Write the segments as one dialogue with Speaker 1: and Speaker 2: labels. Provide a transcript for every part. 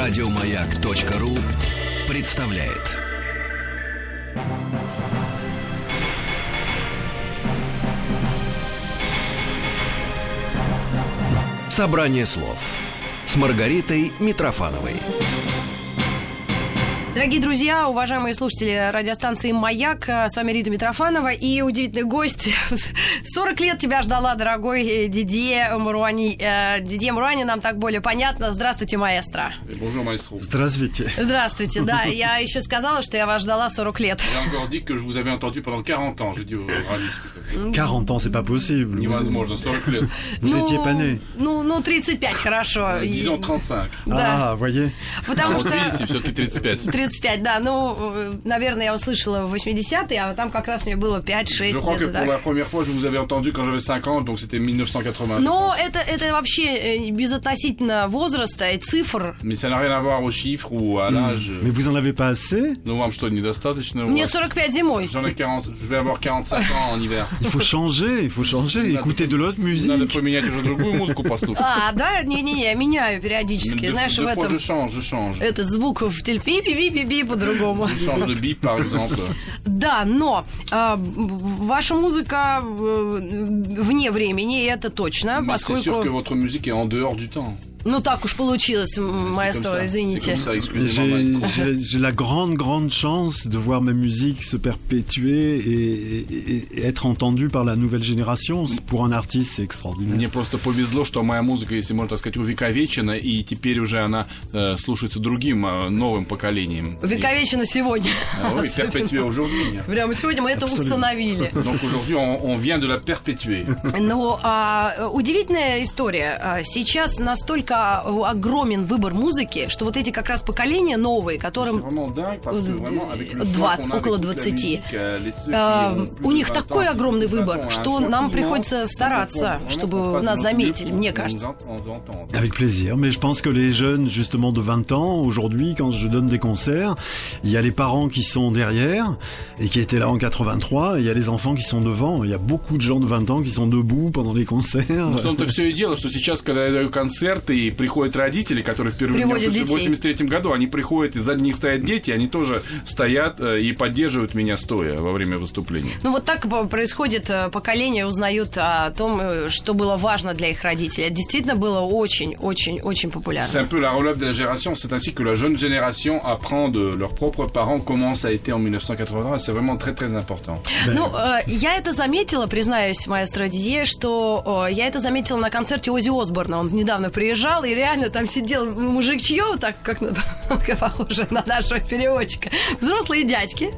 Speaker 1: Радиомаяк.ру представляет. Собрание слов с Маргаритой Митрофановой.
Speaker 2: Дорогие друзья, уважаемые слушатели радиостанции «Маяк», э, с вами Рита Митрофанова и удивительный гость. 40 лет тебя ждала, дорогой э, Дидье Муруани. Э, Дидье Муруани нам так более понятно. Здравствуйте, маэстро.
Speaker 3: Bonjour maestro.
Speaker 4: Здравствуйте.
Speaker 2: Здравствуйте, да. Я еще сказала, что я вас ждала 40 лет.
Speaker 3: J'ai encore dit que je vous avais entendu pendant 40 ans. J'ai dit euh, au rallye.
Speaker 4: 40 ans, c'est pas possible. Vous,
Speaker 3: Невозможно, 40 лет.
Speaker 4: vous
Speaker 2: Ну,
Speaker 4: étiez pas né.
Speaker 2: Ну, ну, 35, хорошо. И-
Speaker 3: Disons 35.
Speaker 2: Да.
Speaker 4: Ah, voyez.
Speaker 2: Потому
Speaker 3: А, Вот
Speaker 2: что...
Speaker 3: видите, все-таки 35.
Speaker 2: 35, да. Ну, э, наверное, я услышала в 80-е, а там как раз мне было 5-6
Speaker 3: Je crois que
Speaker 2: где-то так.
Speaker 3: pour la première fois, je vous avais entendu quand j'avais 50, donc c'était 1980.
Speaker 2: Но это, это вообще э, безотносительно возраста и цифр.
Speaker 3: Mais ça n'a rien à voir aux chiffres ou à l'âge.
Speaker 4: Mais vous en avez pas assez
Speaker 3: Ну, вам что, недостаточно? у
Speaker 2: Мне
Speaker 3: вас?
Speaker 2: 45 зимой.
Speaker 3: J'en ai 40, je vais avoir 45 ans en hiver.
Speaker 4: Il faut changer, il faut changer.
Speaker 3: Надо-
Speaker 4: Écouter de l'autre
Speaker 3: Надо
Speaker 4: musique.
Speaker 3: поменять уже другую музыку послушать.
Speaker 2: А, да? Не-не-не, я меняю
Speaker 3: Mais
Speaker 2: периодически.
Speaker 3: Deux
Speaker 2: Знаешь, в
Speaker 3: deux fois,
Speaker 2: этом
Speaker 3: je change, je change.
Speaker 2: этот звук в телепи би би би би по-другому.
Speaker 3: Je change de bip, par exemple.
Speaker 2: Да, но а, в- ваша музыка э, вне времени, и это точно,
Speaker 3: Mais c'est sûr que
Speaker 2: поскольку...
Speaker 3: votre musique est en dehors du temps.
Speaker 2: Ну, так уж получилось, м,
Speaker 3: C'est comme
Speaker 2: маэстро,
Speaker 3: ça. C'est
Speaker 2: извините.
Speaker 3: comme ça,
Speaker 4: Et
Speaker 3: excusez-moi,
Speaker 4: J'ai
Speaker 3: maestro.
Speaker 4: j'ai- j'ai la grande, grande chance de voir ma musique se perpétuer et, et- et être entendue par la nouvelle génération. C'est- Pour un artiste, c'est extraordinaire.
Speaker 3: Мне просто повезло, что моя музыка, если можно так сказать, увековечена, и теперь уже она э, слушается другим э, новым поколением.
Speaker 2: Вековечно сегодня.
Speaker 3: Oui,
Speaker 2: Особенно.
Speaker 3: perpétuée aujourd'hui.
Speaker 2: Прямо сегодня мы это
Speaker 4: Абсолютно.
Speaker 2: установили.
Speaker 3: Donc aujourd'hui, on, on vient de la perpétuer.
Speaker 2: Ну, а, удивительная история. А, Сейчас настолько э, огромен выбор музыки, что вот эти как раз поколения новые,
Speaker 3: C'est
Speaker 2: которым
Speaker 3: vraiment dingue, parce que vraiment, avec le choix
Speaker 2: 20,
Speaker 3: qu'on a avec
Speaker 2: около
Speaker 3: toute la
Speaker 2: 20.
Speaker 3: musique, euh, les ceux qui
Speaker 2: Э,
Speaker 3: ont plus
Speaker 2: у
Speaker 3: de
Speaker 2: них
Speaker 3: 20 ans,
Speaker 2: такой огромный
Speaker 3: qui ont 20
Speaker 2: выбор,
Speaker 3: ans,
Speaker 2: что
Speaker 3: un
Speaker 2: нам
Speaker 3: choix
Speaker 2: приходится
Speaker 3: qui
Speaker 2: стараться,
Speaker 3: nous
Speaker 2: чтобы
Speaker 3: comprend
Speaker 2: нас
Speaker 3: vraiment
Speaker 2: заметили, мне
Speaker 3: qu'on fasse
Speaker 2: кажется.
Speaker 3: notre mieux pour nous entendre.
Speaker 4: Avec plaisir, mais je pense que les jeunes, justement de 20 ans, aujourd'hui, quand je donne des concerts, il y a les parents qui sont derrière et qui étaient là en 83, et il y a les enfants qui sont devant. Il y a beaucoup de gens de 20 ans qui sont debout pendant les concerts.
Speaker 3: В том-то все и дело, что сейчас, когда я даю концерты, и приходят родители, которые впервые меня
Speaker 2: Приводят
Speaker 3: услышали в
Speaker 2: детей.
Speaker 3: 83 году, они приходят, и сзади них стоят дети, они тоже стоят э, и поддерживают меня стоя во время выступления.
Speaker 2: Ну, вот так по- происходит, э, поколения узнают о том, э, что было важно для их родителей. Это действительно было очень-очень-очень
Speaker 3: C'est
Speaker 2: популярно.
Speaker 3: un peu la relève de la génération, c'est ainsi que la jeune génération apprend de leurs propres parents comment ça a été en 1983, c'est vraiment très très important.
Speaker 2: Ну, э, я это заметила, признаюсь, маэстро Дидье, что э, я это заметила на концерте Ози Осборна. Он недавно приезжал, и реально там сидел мужик чье, так как на- похоже на нашего переводчика. Взрослые дядьки.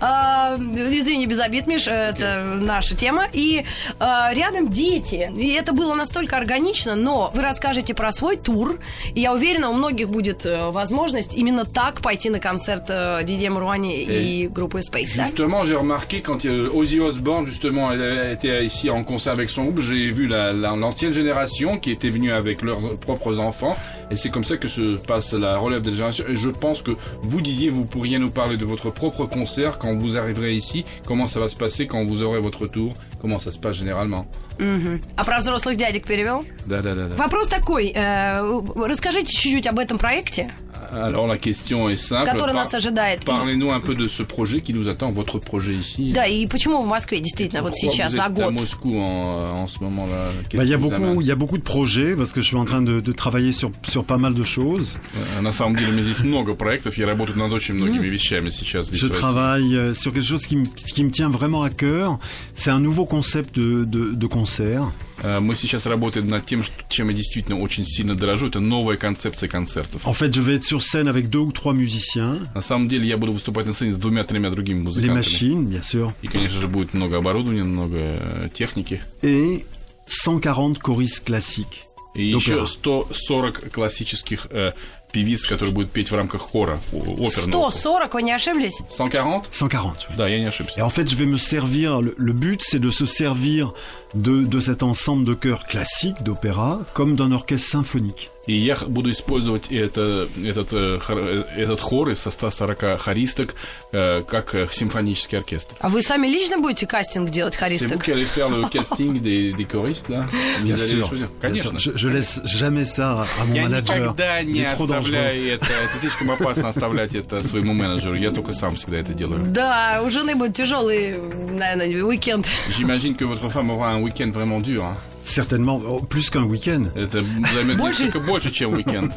Speaker 2: Э, Извини, без обид, Миш, это наша тема. И э, рядом дети. И это было настолько органично, но вы расскажете про свой тур. И я уверена, у многих будет э, возможность именно так пойти на концерт э, Дидье Муруани и группы Space, да?
Speaker 3: Justement, j'ai remarqué quand euh, Ozzy Osbourne justement euh, était ici en concert avec son groupe, j'ai vu la- la- l'ancienne génération qui était venue avec leurs propres enfants, et c'est comme ça que se passe la relève de la génération. Et je pense que vous disiez, vous pourriez nous parler de votre propre concert quand vous arriverez ici, comment ça va se passer quand vous aurez votre tour, comment ça se passe généralement.
Speaker 2: Мгм. А про взрослых дядек перевел?
Speaker 3: Da, da, da, da.
Speaker 2: Вопрос такой. э, расскажите чуть-чуть об этом проекте,
Speaker 3: Alors la question est simple.
Speaker 2: который
Speaker 3: Par-
Speaker 2: нас ожидает. И-
Speaker 3: Parlez-nous un peu de ce projet qui nous attend, votre projet ici.
Speaker 2: да, и почему в Москве действительно вот
Speaker 3: Pourquoi
Speaker 2: сейчас
Speaker 3: vous
Speaker 2: за
Speaker 3: êtes à
Speaker 2: год?
Speaker 3: Moscou en, en ce moment là.
Speaker 4: Bah, Il y, a beaucoup- il y a beaucoup de projets parce que je suis en train de, de travailler sur, sur pas mal de choses.
Speaker 3: На самом деле, у меня здесь много проектов. Я работаю над очень многими вещами сейчас. Здесь
Speaker 4: Je travaille euh, sur quelque chose qui me, qui me tient vraiment à cœur. C'est un nouveau concept de, de, de concert.
Speaker 3: Э, Мы сейчас работаем над тем, что- чем я действительно очень сильно дорожу. Это новая концепция концертов.
Speaker 4: En fait, je vais être sur scène avec deux ou trois musiciens,
Speaker 3: На самом деле, я буду выступать на сцене с двумя-тремя другими
Speaker 4: les
Speaker 3: музыкантами.
Speaker 4: machines, bien sûr,
Speaker 3: И, конечно же, будет много оборудования, много э, техники.
Speaker 4: et 140 choristes classiques.
Speaker 3: И
Speaker 4: Допера.
Speaker 3: еще 140 классических э, певиц, которые будут петь в рамках хора о- оперного.
Speaker 2: 140, вы не ошиблись?
Speaker 3: 140?
Speaker 4: 140, oui.
Speaker 3: Да, я не ошибся.
Speaker 4: Et en fait, je vais me servir, le, le but, c'est de se servir de, de cet ensemble de chœurs classiques d'opéra comme d'un orchestre symphonique.
Speaker 3: И я х- буду использовать это, этот, э, хор, э, этот хор из со 140 хористок э, как э, симфонический оркестр.
Speaker 2: А вы сами лично будете кастинг делать,
Speaker 3: C'est vous
Speaker 2: хористок?
Speaker 3: qui allez faire le casting des, des choristes, là Vous allez les choisir.
Speaker 4: Bien sûr.
Speaker 3: Конечно.
Speaker 4: Je, je laisse jamais ça à mon
Speaker 3: Я
Speaker 4: manager.
Speaker 3: никогда
Speaker 4: Il
Speaker 3: не
Speaker 4: est trop dangereux.
Speaker 3: Оставляй это. Это слишком опасно оставлять это своему менеджеру. Я только сам всегда это делаю.
Speaker 2: Да, у жены будет тяжелый, наверное, уикенд.
Speaker 3: J'imagine que votre femme aura un week-end vraiment dur. hein.
Speaker 4: Certainement, oh, plus qu'un week-end.
Speaker 3: Это займет
Speaker 2: Больше?
Speaker 3: несколько больше, чем уикенд.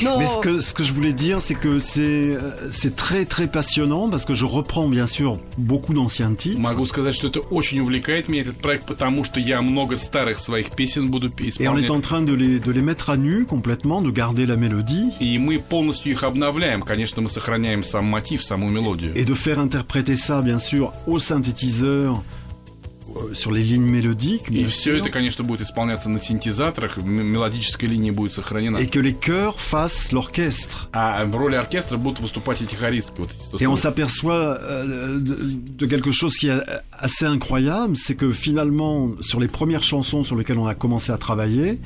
Speaker 2: Но...
Speaker 4: Mais ce que, ce que je voulais dire, c'est que c'est euh, c'est très très passionnant parce que je reprends bien sûr beaucoup d'anciens titres.
Speaker 3: Могу сказать, что это очень увлекает меня этот проект, потому что я много старых своих песен буду пе-
Speaker 4: Et on est en
Speaker 3: исполнять.
Speaker 4: train de les, de les mettre à nu complètement, de garder la mélodie
Speaker 3: И мы полностью их обновляем. Конечно, мы сохраняем сам мотив, саму мелодию.
Speaker 4: et de faire interpréter ça bien sûr au synthétiseur euh, sur les lignes mélodiques
Speaker 3: И
Speaker 4: bien
Speaker 3: все
Speaker 4: sûr,
Speaker 3: это, конечно, будет исполняться на синтезаторах, м- мелодическая линия будет сохранена.
Speaker 4: et que les chœurs fassent l'orchestre.
Speaker 3: А в роли оркестра будут выступать эти хористки. Вот эти, кто
Speaker 4: Et on
Speaker 3: служит.
Speaker 4: s'aperçoit euh, de, de quelque chose qui est assez incroyable, c'est que finalement, sur les premières chansons sur lesquelles on a commencé à travailler,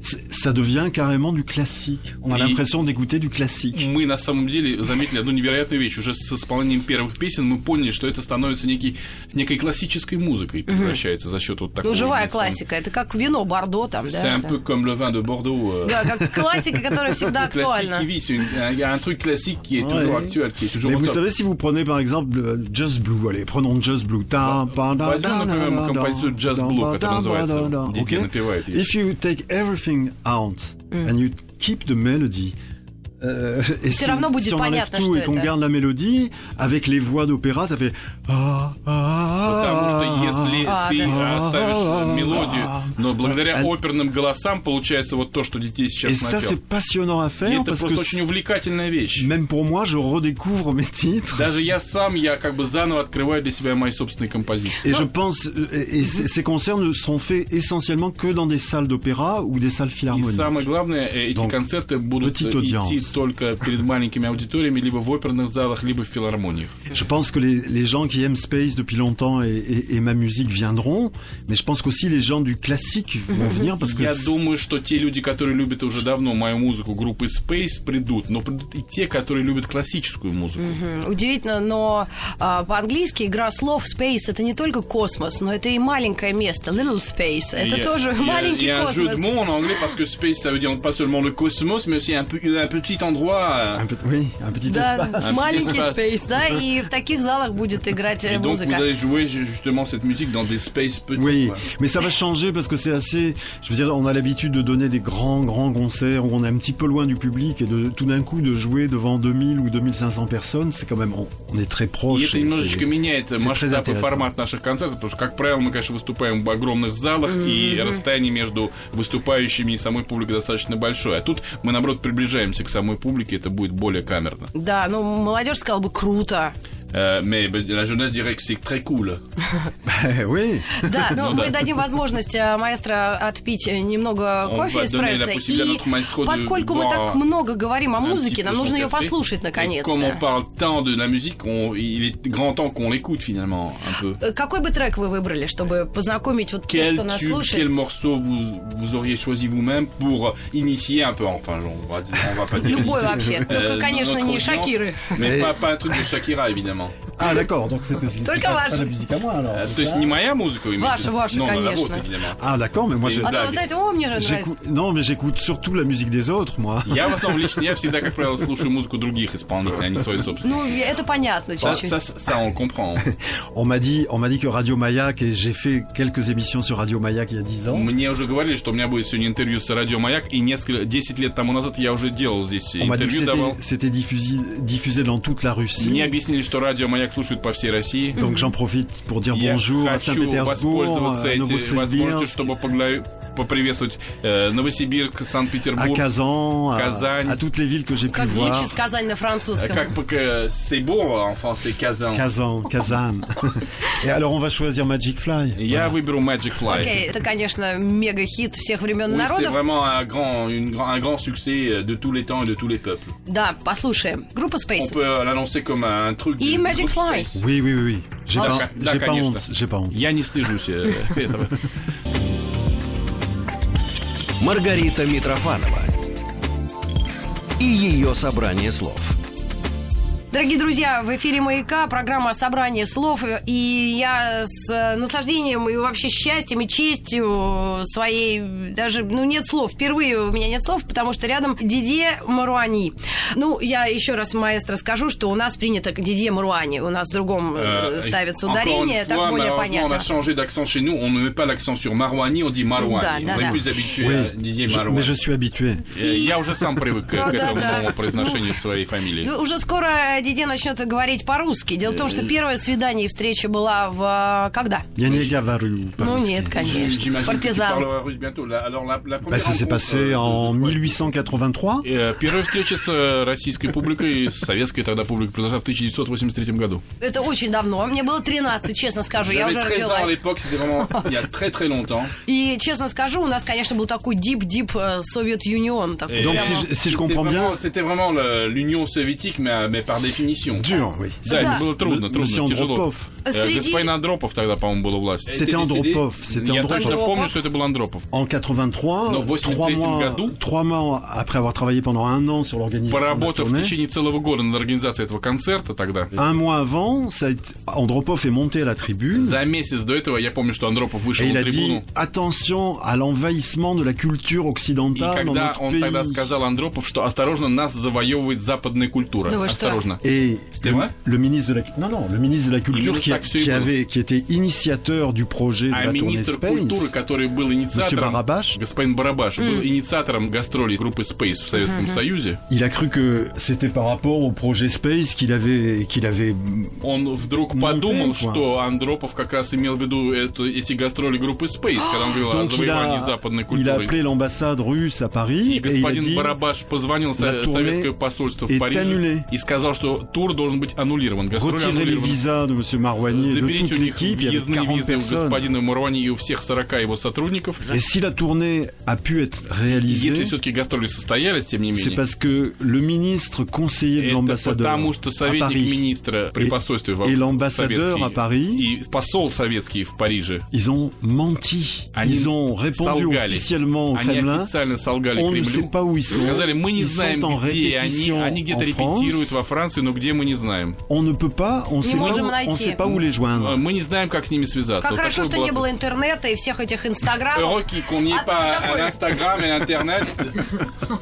Speaker 4: c'est- ça devient carrément du classique. On a
Speaker 3: Oui.
Speaker 4: l'impression d'écouter du classique.
Speaker 3: мы на самом деле заметили одну невероятную вещь. Уже с исполнением первых песен мы поняли, что это становится некий, некой классической музыкой, превращается за счет вот такого.
Speaker 2: Ну, живая
Speaker 3: единственного-
Speaker 2: классика. Это как вино Бордо там,
Speaker 3: C'est
Speaker 2: да?
Speaker 3: un
Speaker 2: да.
Speaker 3: peu comme le vin de Bordeaux. euh,
Speaker 2: Да, как классика, которая всегда
Speaker 3: le classique
Speaker 2: актуальна.
Speaker 3: qui vit, c'est une- un- il y a un truc classique qui est
Speaker 4: Ouais.
Speaker 3: toujours actuel, qui est toujours
Speaker 4: Mais
Speaker 3: au
Speaker 4: vous
Speaker 3: top.
Speaker 4: savez, si vous prenez par exemple le Just Blue, allez, prenons Just Blue.
Speaker 3: Bah,
Speaker 4: Ta, pa, da,
Speaker 3: Возьмем,
Speaker 4: da,
Speaker 3: например,
Speaker 4: da, da,
Speaker 3: композицию Just
Speaker 4: da,
Speaker 3: Blue,
Speaker 4: da,
Speaker 3: которая
Speaker 4: da,
Speaker 3: называется
Speaker 4: da, da, da.
Speaker 3: «Дети
Speaker 4: Ok.
Speaker 3: напевают её».
Speaker 4: If you take everything out and you keep the melody, euh, et si,
Speaker 2: равно будет
Speaker 4: si on enlève
Speaker 2: понятно,
Speaker 4: tout
Speaker 2: что
Speaker 4: et qu'on
Speaker 2: это.
Speaker 4: garde la mélodie, avec les voix d'opéra, ça fait... ah, ah,
Speaker 3: Потому
Speaker 4: ah,
Speaker 3: что если
Speaker 2: А,
Speaker 3: ты
Speaker 4: да.
Speaker 3: оставишь
Speaker 4: А,
Speaker 3: мелодию,
Speaker 4: а,
Speaker 3: но благодаря
Speaker 4: а.
Speaker 3: оперным голосам получается вот то, что детей
Speaker 4: Et
Speaker 3: сейчас
Speaker 4: ça, c'est
Speaker 3: напел.
Speaker 4: passionnant à
Speaker 3: И
Speaker 4: faire,
Speaker 3: это
Speaker 4: parce
Speaker 3: просто
Speaker 4: que
Speaker 3: очень увлекательная вещь.
Speaker 4: même pour moi, je redécouvre mes titres.
Speaker 3: Даже я сам, я как бы заново открываю для себя мои собственные композиции.
Speaker 4: Et je pense, euh, et, et ces ces concerts ne seront faits essentiellement que dans des salles d'opéra ou des salles
Speaker 3: И
Speaker 4: philharmoniques.
Speaker 3: самое главное, э, эти
Speaker 4: Donc,
Speaker 3: концерты будут э,
Speaker 4: petit
Speaker 3: идти
Speaker 4: audience.
Speaker 3: только перед маленькими аудиториями, либо в оперных залах, либо в филармониях.
Speaker 4: Je pense que les, les gens qui aiment Space depuis longtemps et, et- et ma musique viendront, mais je pense qu'aussi les gens du classique vont venir parce que
Speaker 3: Я
Speaker 4: c'est-
Speaker 3: думаю, что те люди, которые любят уже давно мою музыку группы Space, придут, но придут и те, которые любят классическую музыку.
Speaker 2: Мгм. Удивительно, но а, по-английски игра слов space это не только космос, но это и маленькое место, little space. Это
Speaker 3: Il y a-
Speaker 2: тоже
Speaker 3: il y a-
Speaker 2: маленький
Speaker 3: Il y a un jeu de
Speaker 2: космос.
Speaker 3: mots en anglais parce que space, ça veut dire pas seulement le cosmos, mais aussi un, peu- un petit endroit. euh,
Speaker 4: un peu- oui, un petit
Speaker 2: Да,
Speaker 4: espace.
Speaker 2: маленький
Speaker 3: espace.
Speaker 2: space, да, и в таких залах будет играть
Speaker 3: Et
Speaker 2: э,
Speaker 3: donc, vous
Speaker 2: музыка.
Speaker 3: allez jouer ju- justement cette musique dans des space petits.
Speaker 4: Oui,
Speaker 3: quoi.
Speaker 4: mais ça va changer parce que c'est assez. Je veux dire, on a l'habitude de donner des grands, grands concerts où on est un petit peu loin du public et de tout d'un coup de jouer devant 2000 ou 2500 personnes, c'est quand même. On, on est très
Speaker 3: И
Speaker 4: proche.
Speaker 3: это
Speaker 4: et
Speaker 3: немножечко
Speaker 4: c'est-
Speaker 3: меняет
Speaker 4: c'est très
Speaker 3: масштаб и
Speaker 4: intéressant.
Speaker 3: формат наших концертов, потому что, как правило, мы, конечно, выступаем в огромных залах, и расстояние между выступающими и самой публикой достаточно большое. А тут мы, наоборот, приближаемся к самой публике, это будет более камерно.
Speaker 2: Да, ну молодежь сказала бы круто.
Speaker 3: Euh, mais bah, la jeunesse dirait que c'est très cool.
Speaker 4: Eh oui.
Speaker 2: Да, но
Speaker 3: Ну
Speaker 2: мы
Speaker 3: да.
Speaker 2: дадим возможность э, маэстро отпить э, немного
Speaker 3: Он
Speaker 2: кофе
Speaker 3: va donner
Speaker 2: эспрессо.
Speaker 3: la possibilité
Speaker 2: И
Speaker 3: à notre maestro de
Speaker 2: поскольку мы
Speaker 3: boire
Speaker 2: так много говорим о
Speaker 3: Un petit
Speaker 2: музыке,
Speaker 3: peu
Speaker 2: нам
Speaker 3: son
Speaker 2: нужно ее
Speaker 3: café.
Speaker 2: послушать
Speaker 3: Et Comme on
Speaker 2: наконец-то.
Speaker 3: parle tant de la musique, on- il est grand temps qu'on l'écoute finalement un peu.
Speaker 2: Э, Какой бы трек вы выбрали, чтобы познакомить вот тех,
Speaker 3: Quel,
Speaker 2: кто нас
Speaker 3: tube,
Speaker 2: слушает?
Speaker 3: quel morceau vous, vous auriez choisi vous-même pour initier un peu, enfin, genre, on va, dire- on va pas dire.
Speaker 2: Любой вообще.
Speaker 3: Euh,
Speaker 2: Ну, конечно,
Speaker 3: notre
Speaker 2: не
Speaker 3: audience,
Speaker 2: Шакиры.
Speaker 3: Mais
Speaker 4: Mais-
Speaker 3: pas, pas un truc de Shakira, évidemment.
Speaker 4: Ah d'accord, donc c'est c'est-
Speaker 2: Только
Speaker 4: c'est pas-
Speaker 2: ваша.
Speaker 4: pas la musique à moi alors.
Speaker 3: Euh,
Speaker 4: c'est
Speaker 3: То есть
Speaker 4: ça
Speaker 3: не моя музыка, вы имеете
Speaker 2: Ваша,
Speaker 3: в виду?
Speaker 2: ваша,
Speaker 3: Non, la
Speaker 2: конечно.
Speaker 3: vôtre, évidemment.
Speaker 4: Ah d'accord, mais moi j'ai.
Speaker 3: C'est-
Speaker 2: А то,
Speaker 3: Даги.
Speaker 2: вы знаете, о, мне же нравится.
Speaker 4: J'écoute- Non, mais j'écoute surtout la musique des autres, moi.
Speaker 3: Я в основном лично, я всегда, как правило, слушаю музыку других исполнителей, а не свою собственную.
Speaker 2: Ну, я- это понятно
Speaker 3: Ça,
Speaker 2: чуть-чуть.
Speaker 3: ça, ça, on comprend.
Speaker 4: On m'a dit, on m'a dit que Radio Mayak et j'ai fait quelques émissions sur Radio Mayak il y a 10 ans.
Speaker 3: Мне уже говорили, что у меня будет сегодня интервью с Радио Маяк, и несколько, 10 лет тому назад я уже делал здесь
Speaker 4: On m'a dit que
Speaker 3: интервью,
Speaker 4: c'était-
Speaker 3: давал.
Speaker 4: c'était diffusé, diffusé dans toute la Russie.
Speaker 3: Мне объяснили, что Радио Маяк слушают по всей России.
Speaker 4: Donc j'en profite pour dire
Speaker 3: Я
Speaker 4: bonjour à
Speaker 3: хочу
Speaker 4: Saint-Pétersbourg, euh,
Speaker 3: воспользоваться
Speaker 4: à
Speaker 3: этой возможностью,
Speaker 4: Novosibirsk,
Speaker 3: чтобы погла- поприветствовать э, Новосибирск,
Speaker 4: à
Speaker 3: Санкт-Петербург.
Speaker 4: Kazan, à,
Speaker 3: Казань.
Speaker 4: à toutes les villes que j'ai pu
Speaker 2: Как
Speaker 4: voir.
Speaker 2: звучит сказание на
Speaker 3: Э,
Speaker 2: французском.
Speaker 3: Как пока enfin, c'est Казан.
Speaker 4: Kazan, Kazan. Et alors on va choisir Magic Fly.
Speaker 3: Я выберу Magic Fly.
Speaker 2: Окей, это, конечно, мега-хит всех времен и
Speaker 3: Oui, c'est
Speaker 2: народов.
Speaker 3: vraiment un grand, une grand- un grand succès euh, de tous les temps et de tous les peuples.
Speaker 2: Да, послушаем. Группа
Speaker 3: On
Speaker 2: Space.
Speaker 3: peut euh, l'annoncer comme un truc.
Speaker 2: И
Speaker 3: du- du
Speaker 2: Magic
Speaker 3: groupe
Speaker 2: Fly.
Speaker 3: Space.
Speaker 4: Oui, oui, oui, oui. J'ai
Speaker 3: Ah,
Speaker 4: pas,
Speaker 3: d'accord,
Speaker 4: j'ai pas
Speaker 3: d'accord,
Speaker 4: honte, j'ai pas honte.
Speaker 3: Я не стыжусь э, этого.
Speaker 1: Маргарита Митрофанова и ее собрание слов.
Speaker 2: Дорогие друзья, в эфире «Маяка» программа «Собрание слов». И я с э, наслаждением и вообще счастьем и честью своей даже... Ну, нет слов. Впервые у меня нет слов, потому что рядом Дидье Маруани. Ну, я еще раз, маэстро, скажу, что у нас принято Дидье Маруани. У нас в другом
Speaker 3: Euh,
Speaker 2: euh, ставится
Speaker 3: encore
Speaker 2: ударение,
Speaker 3: une fois,
Speaker 2: так более
Speaker 3: malheureusement, on a
Speaker 2: понятно.
Speaker 3: changé d'accent chez nous. On ne met pas l'accent sur Marouani, on dit Marouani.
Speaker 2: Да, да,
Speaker 3: on est
Speaker 2: да.
Speaker 3: plus habitué
Speaker 4: Oui,
Speaker 3: à Euh, Didier
Speaker 4: je-
Speaker 3: Marouani.
Speaker 4: mais je suis habitué.
Speaker 3: Э, Я уже сам привык э,
Speaker 2: Ну,
Speaker 3: к
Speaker 2: да,
Speaker 3: этому
Speaker 2: да.
Speaker 3: новому произношению своей фамилии.
Speaker 2: Ну, Уже скоро Дидье начнет говорить по-русски. Дело в том, что первое свидание и встреча была в... а, Когда?
Speaker 4: Я не говорю
Speaker 2: Ну
Speaker 4: по-русски.
Speaker 2: нет,
Speaker 3: Э, J'imagine
Speaker 2: конечно.
Speaker 3: que tu
Speaker 2: Партизан.
Speaker 3: parleras russe bientôt. La- alors, la- la
Speaker 4: Bah,
Speaker 3: première
Speaker 4: ça s'est
Speaker 3: rencontre,
Speaker 4: passé
Speaker 3: euh,
Speaker 4: en
Speaker 3: ouais.
Speaker 4: 1883.
Speaker 3: Et, euh, Первая встреча с э, российской публикой, с советской тогда публикой, произошла в 1983 году.
Speaker 2: Это очень давно. Мне было 13, честно скажу. Я
Speaker 3: J'avais
Speaker 2: уже
Speaker 3: 13 ans à
Speaker 2: родилась.
Speaker 3: l'époque, c'était vraiment il y a très très longtemps.
Speaker 2: И, честно скажу, у нас, конечно, был такой дип-дип э, Совет Юнион.
Speaker 3: Et
Speaker 4: Donc,
Speaker 3: vraiment,
Speaker 4: si je- si je
Speaker 3: c'était
Speaker 4: comprends bien-
Speaker 3: vraiment- C'était vraiment le- l'Union soviétique, mais, euh, mais par définition.
Speaker 4: Dur, oui.
Speaker 3: Да,
Speaker 2: Да.
Speaker 3: это было трудно,
Speaker 4: М-
Speaker 3: трудно,
Speaker 4: Monsieur
Speaker 3: тяжело.
Speaker 4: Andropov.
Speaker 3: Э,
Speaker 2: Среди-
Speaker 3: Господин Андропов тогда, по-моему, был у власти.
Speaker 4: C'était
Speaker 3: Était décédé.
Speaker 4: Andropov, c'était
Speaker 3: Я
Speaker 4: Andropov.
Speaker 3: точно
Speaker 2: Andropov.
Speaker 3: помню, что это был Андропов.
Speaker 4: En 83,
Speaker 3: Non, voici
Speaker 4: trois
Speaker 3: le
Speaker 4: mois,
Speaker 3: Gadou.
Speaker 4: trois mois après avoir travaillé pendant un an sur l'organisation de la
Speaker 3: Поработав в
Speaker 4: tournée,
Speaker 3: течение целого года над организацией этого концерта тогда,
Speaker 4: un mois avant, ça a été- Andropov est monté à la tribune
Speaker 3: за месяц до этого, я помню, что Андропов
Speaker 4: et
Speaker 3: вышел
Speaker 4: il
Speaker 3: на
Speaker 4: a dit
Speaker 3: трибуну.
Speaker 4: attention à l'envahissement de la culture
Speaker 3: И
Speaker 4: occidentale dans
Speaker 3: когда
Speaker 4: notre
Speaker 3: он тогда
Speaker 4: pays.
Speaker 3: сказал Андропов, что осторожно, нас завоевывает западная культура.
Speaker 2: Да Ну вы что?
Speaker 3: Осторожно.
Speaker 4: Et
Speaker 3: C'était
Speaker 4: le,
Speaker 3: vrai
Speaker 4: le ministre de la non non le ministre de la culture
Speaker 3: Le
Speaker 4: qui, a-
Speaker 3: taxe,
Speaker 4: qui
Speaker 3: oui.
Speaker 4: avait qui était initiateur du projet de
Speaker 3: А
Speaker 4: la tournée
Speaker 3: министр культуры,
Speaker 4: Space
Speaker 3: который был
Speaker 4: Monsieur
Speaker 3: инициатором,
Speaker 4: Barabach.
Speaker 3: господин Барабаш, был инициатором гастролей группы Space в Советском Союзе,
Speaker 4: il a cru que c'était par rapport au projet Space qu'il avait qu'il avait
Speaker 3: он вдруг
Speaker 4: Монтейн,
Speaker 3: подумал,
Speaker 4: quoi.
Speaker 3: что Андропов как раз имел в виду это- эти гастроли группы Space, когда он говорил о
Speaker 4: donc il
Speaker 3: завоевании
Speaker 4: a
Speaker 3: западной
Speaker 4: il a
Speaker 3: культуры.
Speaker 4: appelé l'ambassade russe à Paris
Speaker 3: И
Speaker 4: et il a
Speaker 3: господин
Speaker 4: dit
Speaker 3: Барабаш позвонил в
Speaker 4: La
Speaker 3: со-
Speaker 4: tournée
Speaker 3: советское посольство
Speaker 4: est
Speaker 3: в Париже
Speaker 4: annulée.
Speaker 3: и сказал, что тур должен быть аннулирован. Гастроль
Speaker 4: retirez les
Speaker 3: аннулирован.
Speaker 4: visas de Monsieur Marouani et de
Speaker 3: Заберите
Speaker 4: toute
Speaker 3: у них
Speaker 4: l'équipe il y avait
Speaker 3: въездные
Speaker 4: 40
Speaker 3: визы у
Speaker 4: personnes
Speaker 3: господина Муравани и у всех 40 его сотрудников.
Speaker 4: et si la tournée a pu être
Speaker 3: Если
Speaker 4: réalisée
Speaker 3: все-таки гастроли состоялись, тем не
Speaker 4: c'est
Speaker 3: менее,
Speaker 4: parce que le ministre conseiller de
Speaker 3: это
Speaker 4: l'ambassadeur А
Speaker 3: потому, что
Speaker 4: à
Speaker 3: советник
Speaker 4: Paris
Speaker 3: министра при
Speaker 4: Et-
Speaker 3: посольстве во-
Speaker 4: et l'ambassadeur à
Speaker 3: советский
Speaker 4: Paris
Speaker 3: и посол советский в Париже,
Speaker 4: ils ont menti
Speaker 3: Они
Speaker 4: ils ont répondu
Speaker 3: солгали.
Speaker 4: officiellement au
Speaker 3: Они
Speaker 4: Kremlin
Speaker 3: официально солгали
Speaker 4: On ne sait
Speaker 3: Кремлю.
Speaker 4: pas où ils sont.
Speaker 3: Сказали, мы не
Speaker 4: Ils
Speaker 3: знаем,
Speaker 4: sont en
Speaker 3: где они.
Speaker 4: répétition
Speaker 3: Они
Speaker 4: en
Speaker 3: где-то
Speaker 4: France.
Speaker 3: репетируют во Франции, но где мы не знаем.
Speaker 4: On ne peut pas, on sait
Speaker 2: vont
Speaker 4: pas,
Speaker 2: jamais
Speaker 4: où- on
Speaker 2: найти.
Speaker 4: sait pas où les
Speaker 3: Э,
Speaker 4: joindre.
Speaker 3: Мы не знаем, как с ними связаться.
Speaker 2: Как
Speaker 3: Вот
Speaker 2: хорошо,
Speaker 3: такой
Speaker 2: что
Speaker 3: был Э,
Speaker 2: не
Speaker 3: ответ.
Speaker 2: было интернета и всех этих
Speaker 3: Heureux
Speaker 2: инстаграмов.
Speaker 3: qu'il- qu'on n'y ait
Speaker 2: Ah,
Speaker 3: pas
Speaker 2: t'as- t'as-
Speaker 3: un Instagram et Internet.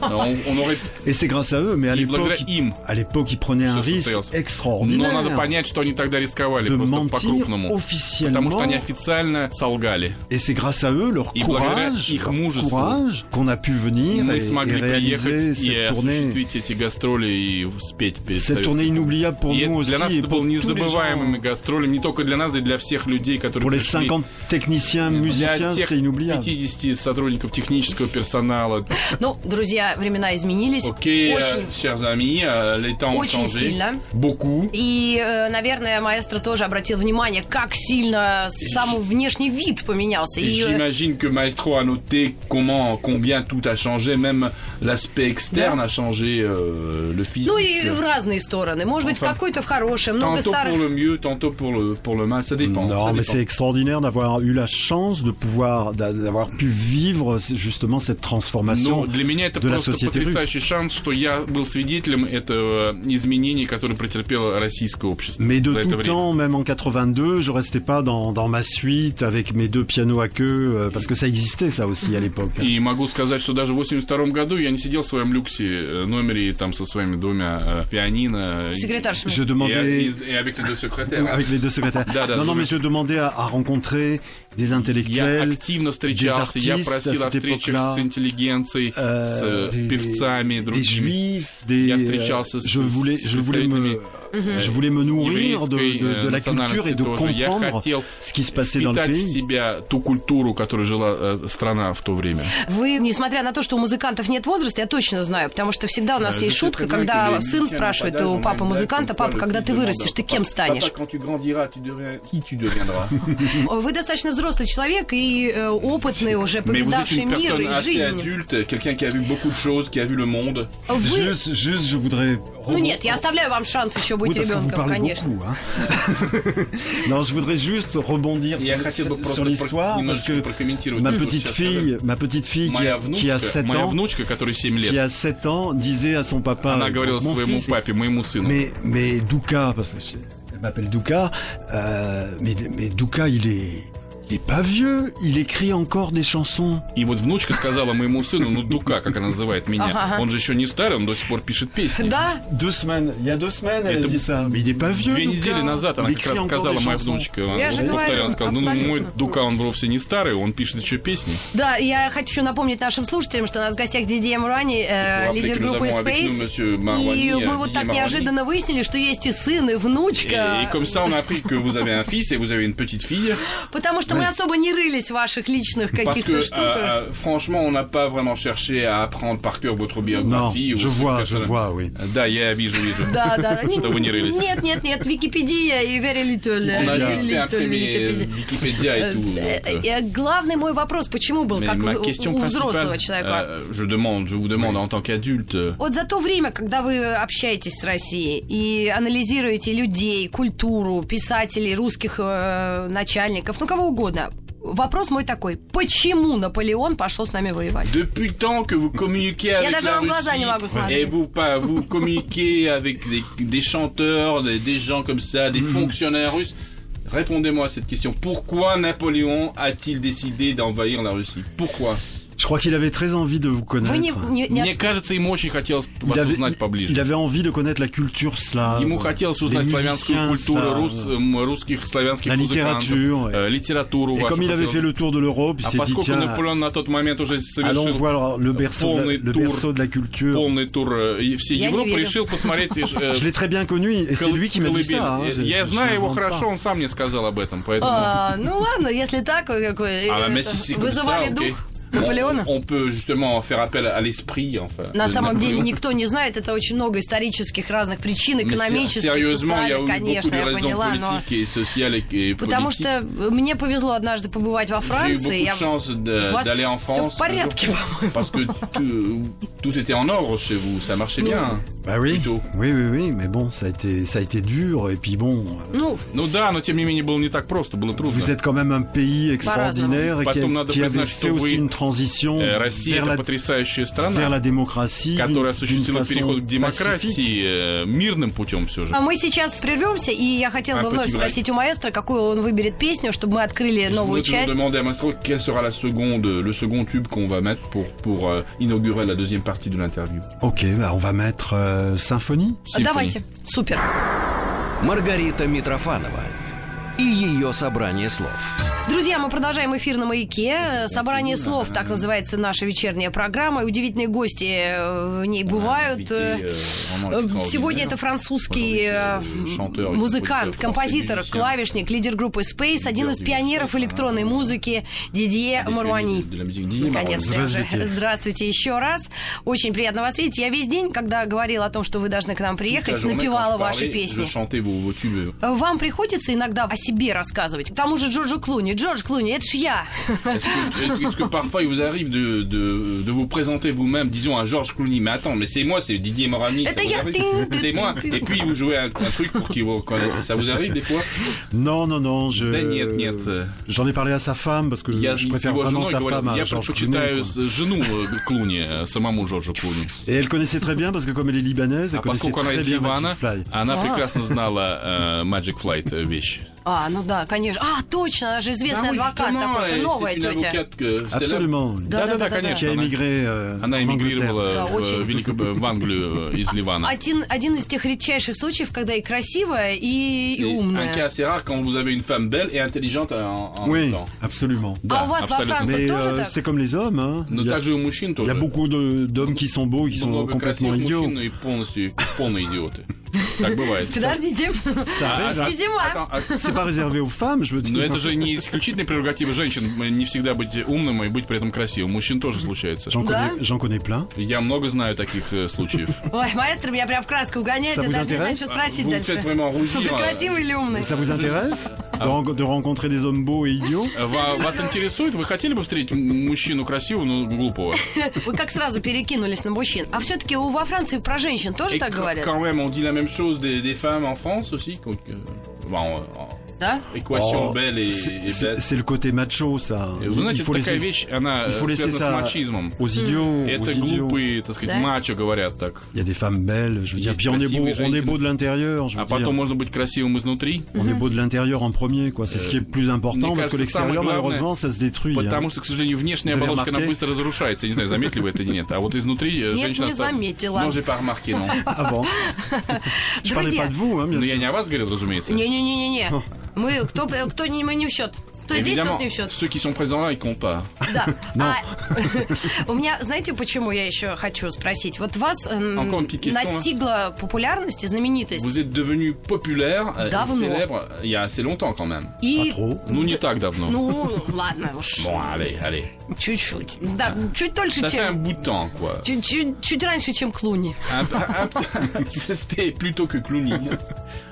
Speaker 3: on, on aurait...
Speaker 4: Et c'est grâce à eux, mais à
Speaker 3: И
Speaker 4: l'époque,
Speaker 3: благодаря
Speaker 4: ils-
Speaker 3: им.
Speaker 4: à l'époque, ils prenaient un
Speaker 3: Ça, ça
Speaker 4: risque
Speaker 3: fails. Но
Speaker 4: extraordinaire
Speaker 3: надо понять, что они тогда рисковали
Speaker 4: de
Speaker 3: просто
Speaker 4: mentir
Speaker 3: по-крупному. Потому
Speaker 4: officiellement.
Speaker 3: что они официально солгали.
Speaker 4: Et c'est grâce à eux, leur
Speaker 3: И благодаря
Speaker 4: courage,
Speaker 3: их
Speaker 4: leur
Speaker 3: мужеству
Speaker 4: courage, qu'on a pu venir
Speaker 3: Мы
Speaker 4: et, et
Speaker 3: смогли
Speaker 4: réaliser
Speaker 3: приехать и
Speaker 4: cette tournée,
Speaker 3: осуществить эти гастроли и спеть перед
Speaker 4: cette
Speaker 3: советским
Speaker 4: tournée inoubliable pour
Speaker 3: И
Speaker 4: nous
Speaker 3: это
Speaker 4: aussi
Speaker 3: для нас
Speaker 4: et
Speaker 3: это
Speaker 4: pour
Speaker 3: был
Speaker 4: tous les gens.
Speaker 3: незабываемыми гастролем, не только для нас, и для всех людей, которые
Speaker 4: Pour les
Speaker 3: пришли.
Speaker 4: 50 techniciens,
Speaker 3: Для
Speaker 4: musiciens,
Speaker 3: тех
Speaker 4: c'est inoubliable.
Speaker 3: 50 сотрудников технического персонала.
Speaker 2: Ну, друзья, времена изменились.
Speaker 3: Ok, euh,
Speaker 2: Очень
Speaker 3: chers amis, euh, les temps ont
Speaker 2: Очень
Speaker 3: changé.
Speaker 2: сильно.
Speaker 3: Beaucoup.
Speaker 2: И, э, наверное, маэстро тоже обратил внимание, как сильно сам внешний вид поменялся.
Speaker 3: Et
Speaker 2: И, э,
Speaker 3: J'imagine que Maestro a noté comment, combien tout a changé, même l'aspect externe a changé, euh, le physique.
Speaker 2: ну и в разные стороны. Может быть, в
Speaker 3: Enfin.
Speaker 2: какой-то в хорошем, много
Speaker 3: Tantôt pour
Speaker 2: старых.
Speaker 3: le mieux, tantôt pour le, pour le mal, ça dépend. ça
Speaker 4: Non, mais
Speaker 3: dépend.
Speaker 4: c'est extraordinaire d'avoir eu la chance de pouvoir, d'a- d'avoir pu vivre c'est justement cette transformation.
Speaker 3: Ну, для меня это
Speaker 4: de la
Speaker 3: просто
Speaker 4: société
Speaker 3: потрясающий шанс, что я был свидетелем этого изменения, которое претерпело российское общество.
Speaker 4: Mais de
Speaker 3: за это
Speaker 4: tout
Speaker 3: время.
Speaker 4: temps, même en 82, je restais pas dans, dans ma suite avec mes deux pianos à queue, euh, parce que ça existait ça aussi à l'époque.
Speaker 3: И могу сказать, что даже в 82 году я не сидел в своем люксе э, номере и там со своими двумя э, пианино. э,
Speaker 2: Секретарь
Speaker 4: Je
Speaker 3: И,
Speaker 4: demandais
Speaker 3: и- и avec les deux secrétaires.
Speaker 4: avec les deux secrétaires.
Speaker 3: Да, да,
Speaker 4: non, non,
Speaker 3: je-
Speaker 4: mais je demandais à, à rencontrer des
Speaker 3: Я
Speaker 4: intellectuels.
Speaker 3: активно
Speaker 4: des
Speaker 3: встречался, я
Speaker 4: artistes
Speaker 3: просил
Speaker 4: à
Speaker 3: о
Speaker 4: cette
Speaker 3: встречах
Speaker 4: époque-là,
Speaker 3: с интеллигенцией,
Speaker 4: euh,
Speaker 3: с
Speaker 4: des-
Speaker 3: э, певцами,
Speaker 4: des
Speaker 3: другими.
Speaker 4: juifs, des euh,
Speaker 3: Я встречался с-
Speaker 4: je voulais, je voulais me,
Speaker 3: euh,
Speaker 4: je voulais me nourrir de,
Speaker 3: еврейской,
Speaker 4: de- de
Speaker 3: э,
Speaker 4: euh, la culture
Speaker 3: национальности
Speaker 4: et de
Speaker 3: тоже. Я
Speaker 4: comprendre
Speaker 3: хотел
Speaker 4: ce qui se passait dans le
Speaker 3: впитать в
Speaker 4: pays.
Speaker 3: себя ту культуру, которой жила э, страна в то время.
Speaker 2: Вы, несмотря на то, что у музыкантов нет возраста, я точно знаю, потому что всегда у нас
Speaker 3: Euh,
Speaker 2: есть
Speaker 3: je
Speaker 2: А шутка,
Speaker 3: sais très bien que
Speaker 2: когда
Speaker 3: les
Speaker 2: сын
Speaker 3: musiciens
Speaker 2: спрашивает
Speaker 3: de
Speaker 2: у
Speaker 3: Padage,
Speaker 2: папы
Speaker 3: on a une
Speaker 2: музыканта,
Speaker 3: blague comme
Speaker 2: папа,
Speaker 3: quoi
Speaker 2: когда
Speaker 3: le
Speaker 2: ты
Speaker 3: fils
Speaker 2: вырастешь,
Speaker 3: demande,
Speaker 2: ты кем
Speaker 3: «Папа,
Speaker 2: станешь?
Speaker 3: Papa, quand tu grandiras, tu deviens qui tu deviendras?
Speaker 2: Вы достаточно взрослый человек и э, опытный уже,
Speaker 3: Mais vous êtes
Speaker 2: повидавший
Speaker 3: une
Speaker 2: мир
Speaker 3: personne
Speaker 2: и
Speaker 3: assez
Speaker 2: жизнь.
Speaker 3: adulte, quelqu'un
Speaker 2: а,
Speaker 3: qui a vu beaucoup de choses, qui a vu le monde.
Speaker 2: Вы...
Speaker 4: Juste, juste, je voudrais.
Speaker 2: Ну нет, я оставляю вам шанс еще будете
Speaker 4: oui, parce que vous
Speaker 2: ребенком,
Speaker 4: parlez
Speaker 2: конечно.
Speaker 4: beaucoup. Hein. non, je voudrais juste rebondir
Speaker 3: Я
Speaker 4: sur,
Speaker 3: хотел бы
Speaker 4: sur
Speaker 3: просто про-
Speaker 4: l'histoire parce
Speaker 3: немножечко
Speaker 4: que
Speaker 3: прокомментировать.
Speaker 4: ma
Speaker 3: то, что
Speaker 4: petite
Speaker 3: сейчас
Speaker 4: fille,
Speaker 3: сказали.
Speaker 4: ma petite fille qui
Speaker 3: Моя
Speaker 4: a, qui a
Speaker 3: внучка,
Speaker 4: 7
Speaker 3: моя
Speaker 4: ans,
Speaker 3: внучка, которой 7
Speaker 4: qui
Speaker 3: лет,
Speaker 4: a 7 ans, disait à son papa,
Speaker 3: она говорила
Speaker 4: mon
Speaker 3: своему
Speaker 4: fils,
Speaker 3: папе, моему сыну.
Speaker 4: mais mais Douka, parce que c'est- elle m'appelle Douka, euh, mais mais Douka, il est il est pas vieux, il écrit encore des chansons.
Speaker 3: И вот внучка сказала моему сыну, ну Дука, как она называет меня,
Speaker 2: Ага.
Speaker 3: он же еще не старый, он до сих пор пишет песни.
Speaker 2: Да,
Speaker 4: Deux semaines, il y a deux semaines, elle
Speaker 3: Это
Speaker 4: a dit ça. Mais il est pas vieux.
Speaker 3: Две
Speaker 4: Douka.
Speaker 3: недели назад она
Speaker 4: Il
Speaker 3: как
Speaker 4: écrit
Speaker 3: раз
Speaker 4: encore
Speaker 3: сказала,
Speaker 4: des
Speaker 3: моя
Speaker 4: chansons.
Speaker 3: внучка,
Speaker 2: Я
Speaker 3: она
Speaker 2: же
Speaker 3: повторяла,
Speaker 2: говорю,
Speaker 3: она сказала, ну мой
Speaker 2: абсолютно.
Speaker 3: Дука, он вовсе не старый, он пишет еще песни.
Speaker 2: да, я хочу напомнить нашим слушателям, что у нас в гостях Дидье Мурани, э,
Speaker 3: Après
Speaker 2: лидер
Speaker 3: que nous
Speaker 2: группы
Speaker 3: avons avec nous
Speaker 2: Space.
Speaker 3: monsieur Marouani,
Speaker 2: И
Speaker 3: euh,
Speaker 2: мы вот
Speaker 3: Didier
Speaker 2: так
Speaker 3: Marouani.
Speaker 2: неожиданно выяснили, что есть и сын, и
Speaker 3: Et,
Speaker 2: внучка.
Speaker 3: et comme ça, on a appris que vous avez un fils et vous avez une petite fille.
Speaker 2: Потому что мы особо не рылись в ваших личных
Speaker 3: Parce que,
Speaker 2: каких-то штуках.
Speaker 3: euh, euh, franchement, on n'a pas vraiment cherché à apprendre par cœur votre
Speaker 4: Non,
Speaker 3: biographie. ou
Speaker 4: je
Speaker 3: ce
Speaker 4: vois,
Speaker 3: que
Speaker 4: je
Speaker 3: ça-
Speaker 4: vois, oui.
Speaker 3: Да, я вижу, вижу.
Speaker 2: Да, да, да.
Speaker 3: Что вы не рылись.
Speaker 2: Нет, нет, нет, Википедия и Very Little.
Speaker 3: On a
Speaker 2: Very
Speaker 3: juste fait
Speaker 2: Little
Speaker 3: imprimer
Speaker 2: Википедия.
Speaker 3: Wikipédia et tout.
Speaker 2: Э,
Speaker 3: donc, euh,
Speaker 2: э, Главный мой вопрос, почему был,
Speaker 3: Mais
Speaker 2: как
Speaker 3: ma
Speaker 2: у-
Speaker 3: question
Speaker 2: у взрослого
Speaker 3: principale,
Speaker 2: человека?
Speaker 3: euh, je demande, je vous demande en tant qu'adulte, euh,
Speaker 2: Вот за то время, когда вы общаетесь с Россией и анализируете людей, культуру, писателей, русских э, начальников, ну кого угодно, вопрос мой такой: почему Наполеон пошел с нами воевать?
Speaker 3: depuis le temps que vous communiquez
Speaker 2: Il y a
Speaker 3: avec
Speaker 2: des gens en
Speaker 3: la
Speaker 2: Bretagne, moi, vous
Speaker 3: Russie
Speaker 2: savez.
Speaker 3: et vous pas vous communiquez avec des, des chanteurs, des, des gens comme ça, des fonctionnaires russes. Répondez-moi à cette question. Pourquoi Napoléon a-t-il décidé d'envahir la Russie Pourquoi
Speaker 4: Je crois qu'il avait très envie de vous connaître.
Speaker 2: Вы не, не- не-
Speaker 3: Мне кажется, ему очень хотелось вас
Speaker 4: Il avait,
Speaker 3: узнать поближе.
Speaker 4: il avait envie de connaître la culture slave.
Speaker 3: Ему хотелось
Speaker 4: les
Speaker 3: узнать
Speaker 4: musiciens
Speaker 3: славянскую культуру,
Speaker 4: slaves.
Speaker 3: рус- м, русских славянских
Speaker 4: La
Speaker 3: музыкантов,
Speaker 4: littérature, ouais.
Speaker 3: э, литературу.
Speaker 4: Et
Speaker 3: вашу
Speaker 4: comme il avait
Speaker 3: хотелось.
Speaker 4: fait Ah, le tour de l'Europe, il
Speaker 3: А
Speaker 4: s'est dit
Speaker 3: поскольку
Speaker 4: tiens,
Speaker 3: Наполеон на тот момент уже
Speaker 4: allons
Speaker 3: совершил
Speaker 4: voir le berceau, de la,
Speaker 3: полный
Speaker 4: le
Speaker 3: тур.
Speaker 4: berceau de la culture.
Speaker 3: полный тур э, и всей
Speaker 2: Я не
Speaker 3: Европы,
Speaker 2: верю.
Speaker 3: решил посмотреть... э, э,
Speaker 4: Je l'ai très bien connu et c'est
Speaker 3: колы-
Speaker 4: lui qui m'a dit
Speaker 3: колыбель.
Speaker 4: ça. hein,
Speaker 3: Я-
Speaker 4: je-
Speaker 3: Я
Speaker 4: je
Speaker 3: знаю его
Speaker 4: l'invente pas.
Speaker 3: хорошо, он сам мне сказал об этом, поэтому...
Speaker 2: А, ну ладно, если так, э, как, э,
Speaker 3: А,
Speaker 2: это,
Speaker 3: mais si c'est comme
Speaker 2: вызывали
Speaker 3: ça, ok.
Speaker 2: дух
Speaker 3: On-
Speaker 2: Наполеона.
Speaker 3: On peut justement faire appel à l'esprit, enfin.
Speaker 2: На
Speaker 3: de
Speaker 2: самом деле
Speaker 3: Napoléon.
Speaker 2: никто не знает, это очень много исторических разных причин,
Speaker 3: Mais
Speaker 2: экономических,
Speaker 3: Sérieusement, il y
Speaker 2: социальных,
Speaker 3: a eu beaucoup
Speaker 2: конечно,
Speaker 3: de
Speaker 2: я
Speaker 3: raisons
Speaker 2: поняла, но...
Speaker 3: politiques et sociales et- et
Speaker 2: Потому
Speaker 3: politiques.
Speaker 2: что мне повезло однажды побывать во
Speaker 3: J'ai eu beaucoup
Speaker 2: Франции,
Speaker 3: de
Speaker 2: я...
Speaker 3: chance
Speaker 2: у
Speaker 3: de-
Speaker 2: вас
Speaker 3: d'aller en
Speaker 2: все в
Speaker 3: France. un jour,
Speaker 2: порядке, по-моему.
Speaker 3: Parce que tout, tout était en ordre chez vous, ça marchait bien.
Speaker 2: Ну.
Speaker 4: Bah oui,
Speaker 3: Plutôt.
Speaker 4: oui, oui, oui, mais bon, ça a été, ça a été dur et puis bon, euh,
Speaker 2: Ну,
Speaker 3: Ну да, но тем не менее было не так просто, было трудно.
Speaker 4: Vous êtes quand même un pays extraordinaire et qui, a-
Speaker 3: Потом надо
Speaker 4: qui avait
Speaker 3: признать,
Speaker 4: fait
Speaker 3: что
Speaker 4: aussi
Speaker 3: вы,
Speaker 4: une transition
Speaker 3: Э, Россия
Speaker 4: vers
Speaker 3: это
Speaker 4: la,
Speaker 3: потрясающая
Speaker 4: vers
Speaker 3: страна,
Speaker 4: la démocratie, d'une
Speaker 3: которая осуществила
Speaker 4: façon
Speaker 3: переход к
Speaker 4: pacifique.
Speaker 3: демократии э, мирным путем все же.
Speaker 2: а мы сейчас прервемся, и я хотела
Speaker 3: А,
Speaker 2: бы вновь
Speaker 3: потиграй.
Speaker 2: спросить у маэстро, какую он выберет песню, чтобы мы открыли
Speaker 3: Je voudrais
Speaker 2: новую
Speaker 3: toujours
Speaker 2: часть.
Speaker 3: demander à Mastro quel sera la seconde, le second tube qu'on va mettre pour, pour euh, inaugurer la deuxième partie de l'interview.
Speaker 4: Ok, bah on va mettre euh, symphonie.
Speaker 3: Symphony.
Speaker 2: Давайте, супер.
Speaker 1: Маргарита Митрофанова и ее собрание слов.
Speaker 2: Друзья, мы продолжаем эфир на «Маяке». Собрание слов, так называется наша вечерняя программа. И Удивительные гости э, в ней бывают.
Speaker 3: Invité, euh, vraiment
Speaker 2: Э,
Speaker 3: extraordinaire.
Speaker 2: Сегодня это французский э,
Speaker 3: Aujourd'hui, c'est, euh, chanteur,
Speaker 2: музыкант,
Speaker 3: compositeur,
Speaker 2: композитор,
Speaker 3: musicien.
Speaker 2: клавишник, лидер группы Space, один из
Speaker 3: du
Speaker 2: пионеров
Speaker 3: Space,
Speaker 2: электронной
Speaker 3: hein.
Speaker 2: музыки Дидье
Speaker 3: Des
Speaker 2: Мурвани.
Speaker 3: pionniers de la musique. Didier Marouani.
Speaker 2: Наконец-то. я уже.
Speaker 4: Здравствуйте.
Speaker 2: Здравствуйте еще раз. Очень приятно вас видеть. Я весь день, когда говорила о том, что вы должны к нам
Speaker 3: Toute la
Speaker 2: приехать,
Speaker 3: journée,
Speaker 2: напевала
Speaker 3: quand je
Speaker 2: ваши
Speaker 3: parlais, Je
Speaker 2: песни.
Speaker 3: chantais vos, vos tubes.
Speaker 2: Э, Вам приходится иногда о себе рассказывать. К тому же Джорджу Клуни. Джордж Клуни, это ж я.
Speaker 3: Est-ce que, est-ce que parfois il vous arrive de, de, de vous présenter vous-même, disons à Georges Clooney, mais attends, mais c'est moi, c'est Didier Morani, ça
Speaker 2: Это
Speaker 3: vous
Speaker 2: я.
Speaker 3: arrive
Speaker 2: Тин, тин,
Speaker 3: c'est moi.
Speaker 2: тин.
Speaker 3: Et puis vous jouez un, un truc pour qu'il vous reconnaisse. Ça vous arrive des fois
Speaker 4: Non, non, non, je.
Speaker 3: Да нет, нет. э,
Speaker 4: J'en ai parlé à sa femme parce que
Speaker 3: Я
Speaker 4: je
Speaker 3: с
Speaker 4: préfère
Speaker 3: его
Speaker 4: vraiment
Speaker 3: женой
Speaker 4: sa
Speaker 3: говорил,
Speaker 4: femme à
Speaker 3: я
Speaker 4: Georges Clooney,
Speaker 3: предпочитаю
Speaker 4: quoi.
Speaker 3: с- жену э, Клуни, э, самому Джорджу Клуни.
Speaker 4: Et elle connaissait très bien parce que comme elle est libanaise, elle
Speaker 3: А
Speaker 4: connaissait
Speaker 3: поскольку она
Speaker 4: très
Speaker 3: из
Speaker 4: bien
Speaker 3: Ливана,
Speaker 4: Magic Fly.
Speaker 3: она прекрасно знала э, Magic Flight э, вещь.
Speaker 2: А, ну да, конечно. А, точно, она же известный адвокат такой, новая тетя.
Speaker 4: Absolument.
Speaker 3: э, Да-да-да,
Speaker 2: Да-да-да-да.
Speaker 4: Qui
Speaker 3: конечно.
Speaker 4: a
Speaker 3: она-
Speaker 4: émigré euh,
Speaker 3: Она
Speaker 4: en Angleterre.
Speaker 3: эмигрировала
Speaker 2: Да,
Speaker 3: в,
Speaker 2: очень.
Speaker 3: э, Великоб- э, в Англию э, из Ливана.
Speaker 2: Один, один из тех редчайших случаев, когда и красивая, и, и
Speaker 3: C'est un cas
Speaker 2: умная.
Speaker 3: assez rare quand vous avez une femme belle et intelligente en, en même
Speaker 4: Oui,
Speaker 3: temps.
Speaker 4: absolument.
Speaker 2: А у вас во
Speaker 3: абсолютно.
Speaker 2: Франции
Speaker 4: Mais
Speaker 2: тоже
Speaker 4: euh,
Speaker 2: так?
Speaker 4: c'est comme les hommes, hein.
Speaker 3: Но
Speaker 4: Il y a-
Speaker 3: также у мужчин
Speaker 4: Il y
Speaker 3: тоже.
Speaker 4: a beaucoup de- d'hommes qui sont beaux, qui sont
Speaker 3: Много
Speaker 4: complètement
Speaker 3: красивых
Speaker 4: idiots.
Speaker 3: мужчин и полностью полные идиоты. Так бывает.
Speaker 2: Подождите.
Speaker 3: Ah,
Speaker 4: Ça arrive, hein.
Speaker 2: Excusez-moi.
Speaker 3: Attends, а-
Speaker 4: C'est pas réservé aux femmes, je veux
Speaker 3: Но
Speaker 4: dire.
Speaker 3: это же не исключительная прерогатива женщин, м, не всегда быть умным и быть при этом красивым. Мужчин тоже случается.
Speaker 4: J'en
Speaker 2: Да.
Speaker 4: connais, j'en connais plein.
Speaker 3: Я много знаю таких э, случаев.
Speaker 2: Ой, маэстро меня прям в краску угоняет.
Speaker 4: Ça
Speaker 2: Я
Speaker 4: vous
Speaker 2: даже не знаю,
Speaker 4: intéresse
Speaker 2: что
Speaker 3: Вы
Speaker 2: спросить
Speaker 3: me faites
Speaker 2: дальше.
Speaker 3: vraiment
Speaker 2: Вы
Speaker 3: rougir.
Speaker 2: красивый или умный?
Speaker 4: Ça vous intéresse de, ren- de rencontrer des hommes beaux et idiots.
Speaker 3: Ва- Вас интересует, вы хотели бы встретить м- мужчину красивого, но глупого?
Speaker 2: Вы как сразу перекинулись на мужчин. А все-таки во Франции про женщин тоже
Speaker 3: Et
Speaker 2: так
Speaker 3: quand
Speaker 2: говорят?
Speaker 3: quand même, on dit la même chose des, des femmes en France aussi. donc, euh, bon, euh,
Speaker 2: Да?
Speaker 3: équation
Speaker 4: Oh,
Speaker 3: belle et, et
Speaker 4: c'est-
Speaker 3: bête.
Speaker 4: c'est c'est le côté macho, ça.
Speaker 3: Вы знаете, такая вещь, она
Speaker 4: il faut
Speaker 3: э,
Speaker 4: laisser
Speaker 3: связана
Speaker 4: ça
Speaker 3: с мачизмом.
Speaker 4: aux idiots. aux
Speaker 3: Это
Speaker 4: idiots.
Speaker 3: глупые, так сказать,
Speaker 2: Да?
Speaker 3: мачо говорят так.
Speaker 4: Il y a des femmes belles, je veux dire.
Speaker 3: Есть
Speaker 4: Puis on est beau,
Speaker 3: красивые
Speaker 4: on est
Speaker 3: женщины.
Speaker 4: beau de l'intérieur, je veux
Speaker 3: А
Speaker 4: dire.
Speaker 3: потом можно быть красивым изнутри.
Speaker 4: On est beau de l'intérieur en premier, quoi. C'est ce qui est le plus
Speaker 3: мне
Speaker 4: important parce que
Speaker 3: кажется,
Speaker 4: l'extérieur,
Speaker 3: самое главное,
Speaker 4: malheureusement, Euh, ça se détruit. hein.
Speaker 3: Потому что, к сожалению, внешняя
Speaker 4: Vous avez
Speaker 3: оболочка, она
Speaker 4: remarqué?
Speaker 3: быстро разрушается. Я не знаю, заметили вы это или нет. А вот изнутри э,
Speaker 2: Нет,
Speaker 3: женщина...
Speaker 2: не
Speaker 3: осталась-
Speaker 2: заметила.
Speaker 3: Ну, j'ai pas remarqué, non.
Speaker 4: Ah bon Je parlais
Speaker 2: Друзья.
Speaker 4: pas de vous, hein, bien
Speaker 3: Но
Speaker 4: sûr.
Speaker 3: я не о вас говорил, разумеется.
Speaker 2: Не-не-не-не-не. Мы, кто, э, кто не, мы не в счет. Кто здесь,
Speaker 3: Évidemment,
Speaker 2: тот не в счет.
Speaker 3: ceux qui sont présents là, ils comptent pas.
Speaker 2: Да.
Speaker 4: Non.
Speaker 2: А, у меня, знаете, почему я еще хочу спросить? Вот вас эм,
Speaker 3: Encore une petite question,
Speaker 2: настигла популярность и знаменитость.
Speaker 3: Vous êtes devenu populaire, euh, et
Speaker 2: Давно.
Speaker 3: célèbre, euh, il y a assez longtemps quand même.
Speaker 4: Pas
Speaker 2: И,
Speaker 4: trop.
Speaker 3: Nous, не так давно.
Speaker 2: ну, ладно уж,
Speaker 3: Bon, allez, allez.
Speaker 2: чуть-чуть. Да, чуть дольше,
Speaker 3: Ça fait un
Speaker 2: чем...
Speaker 3: bout de temps, quoi.
Speaker 2: Чуть, чуть- чуть раньше, чем Клуни.
Speaker 3: Un- un- un- C'était plutôt que Clooney.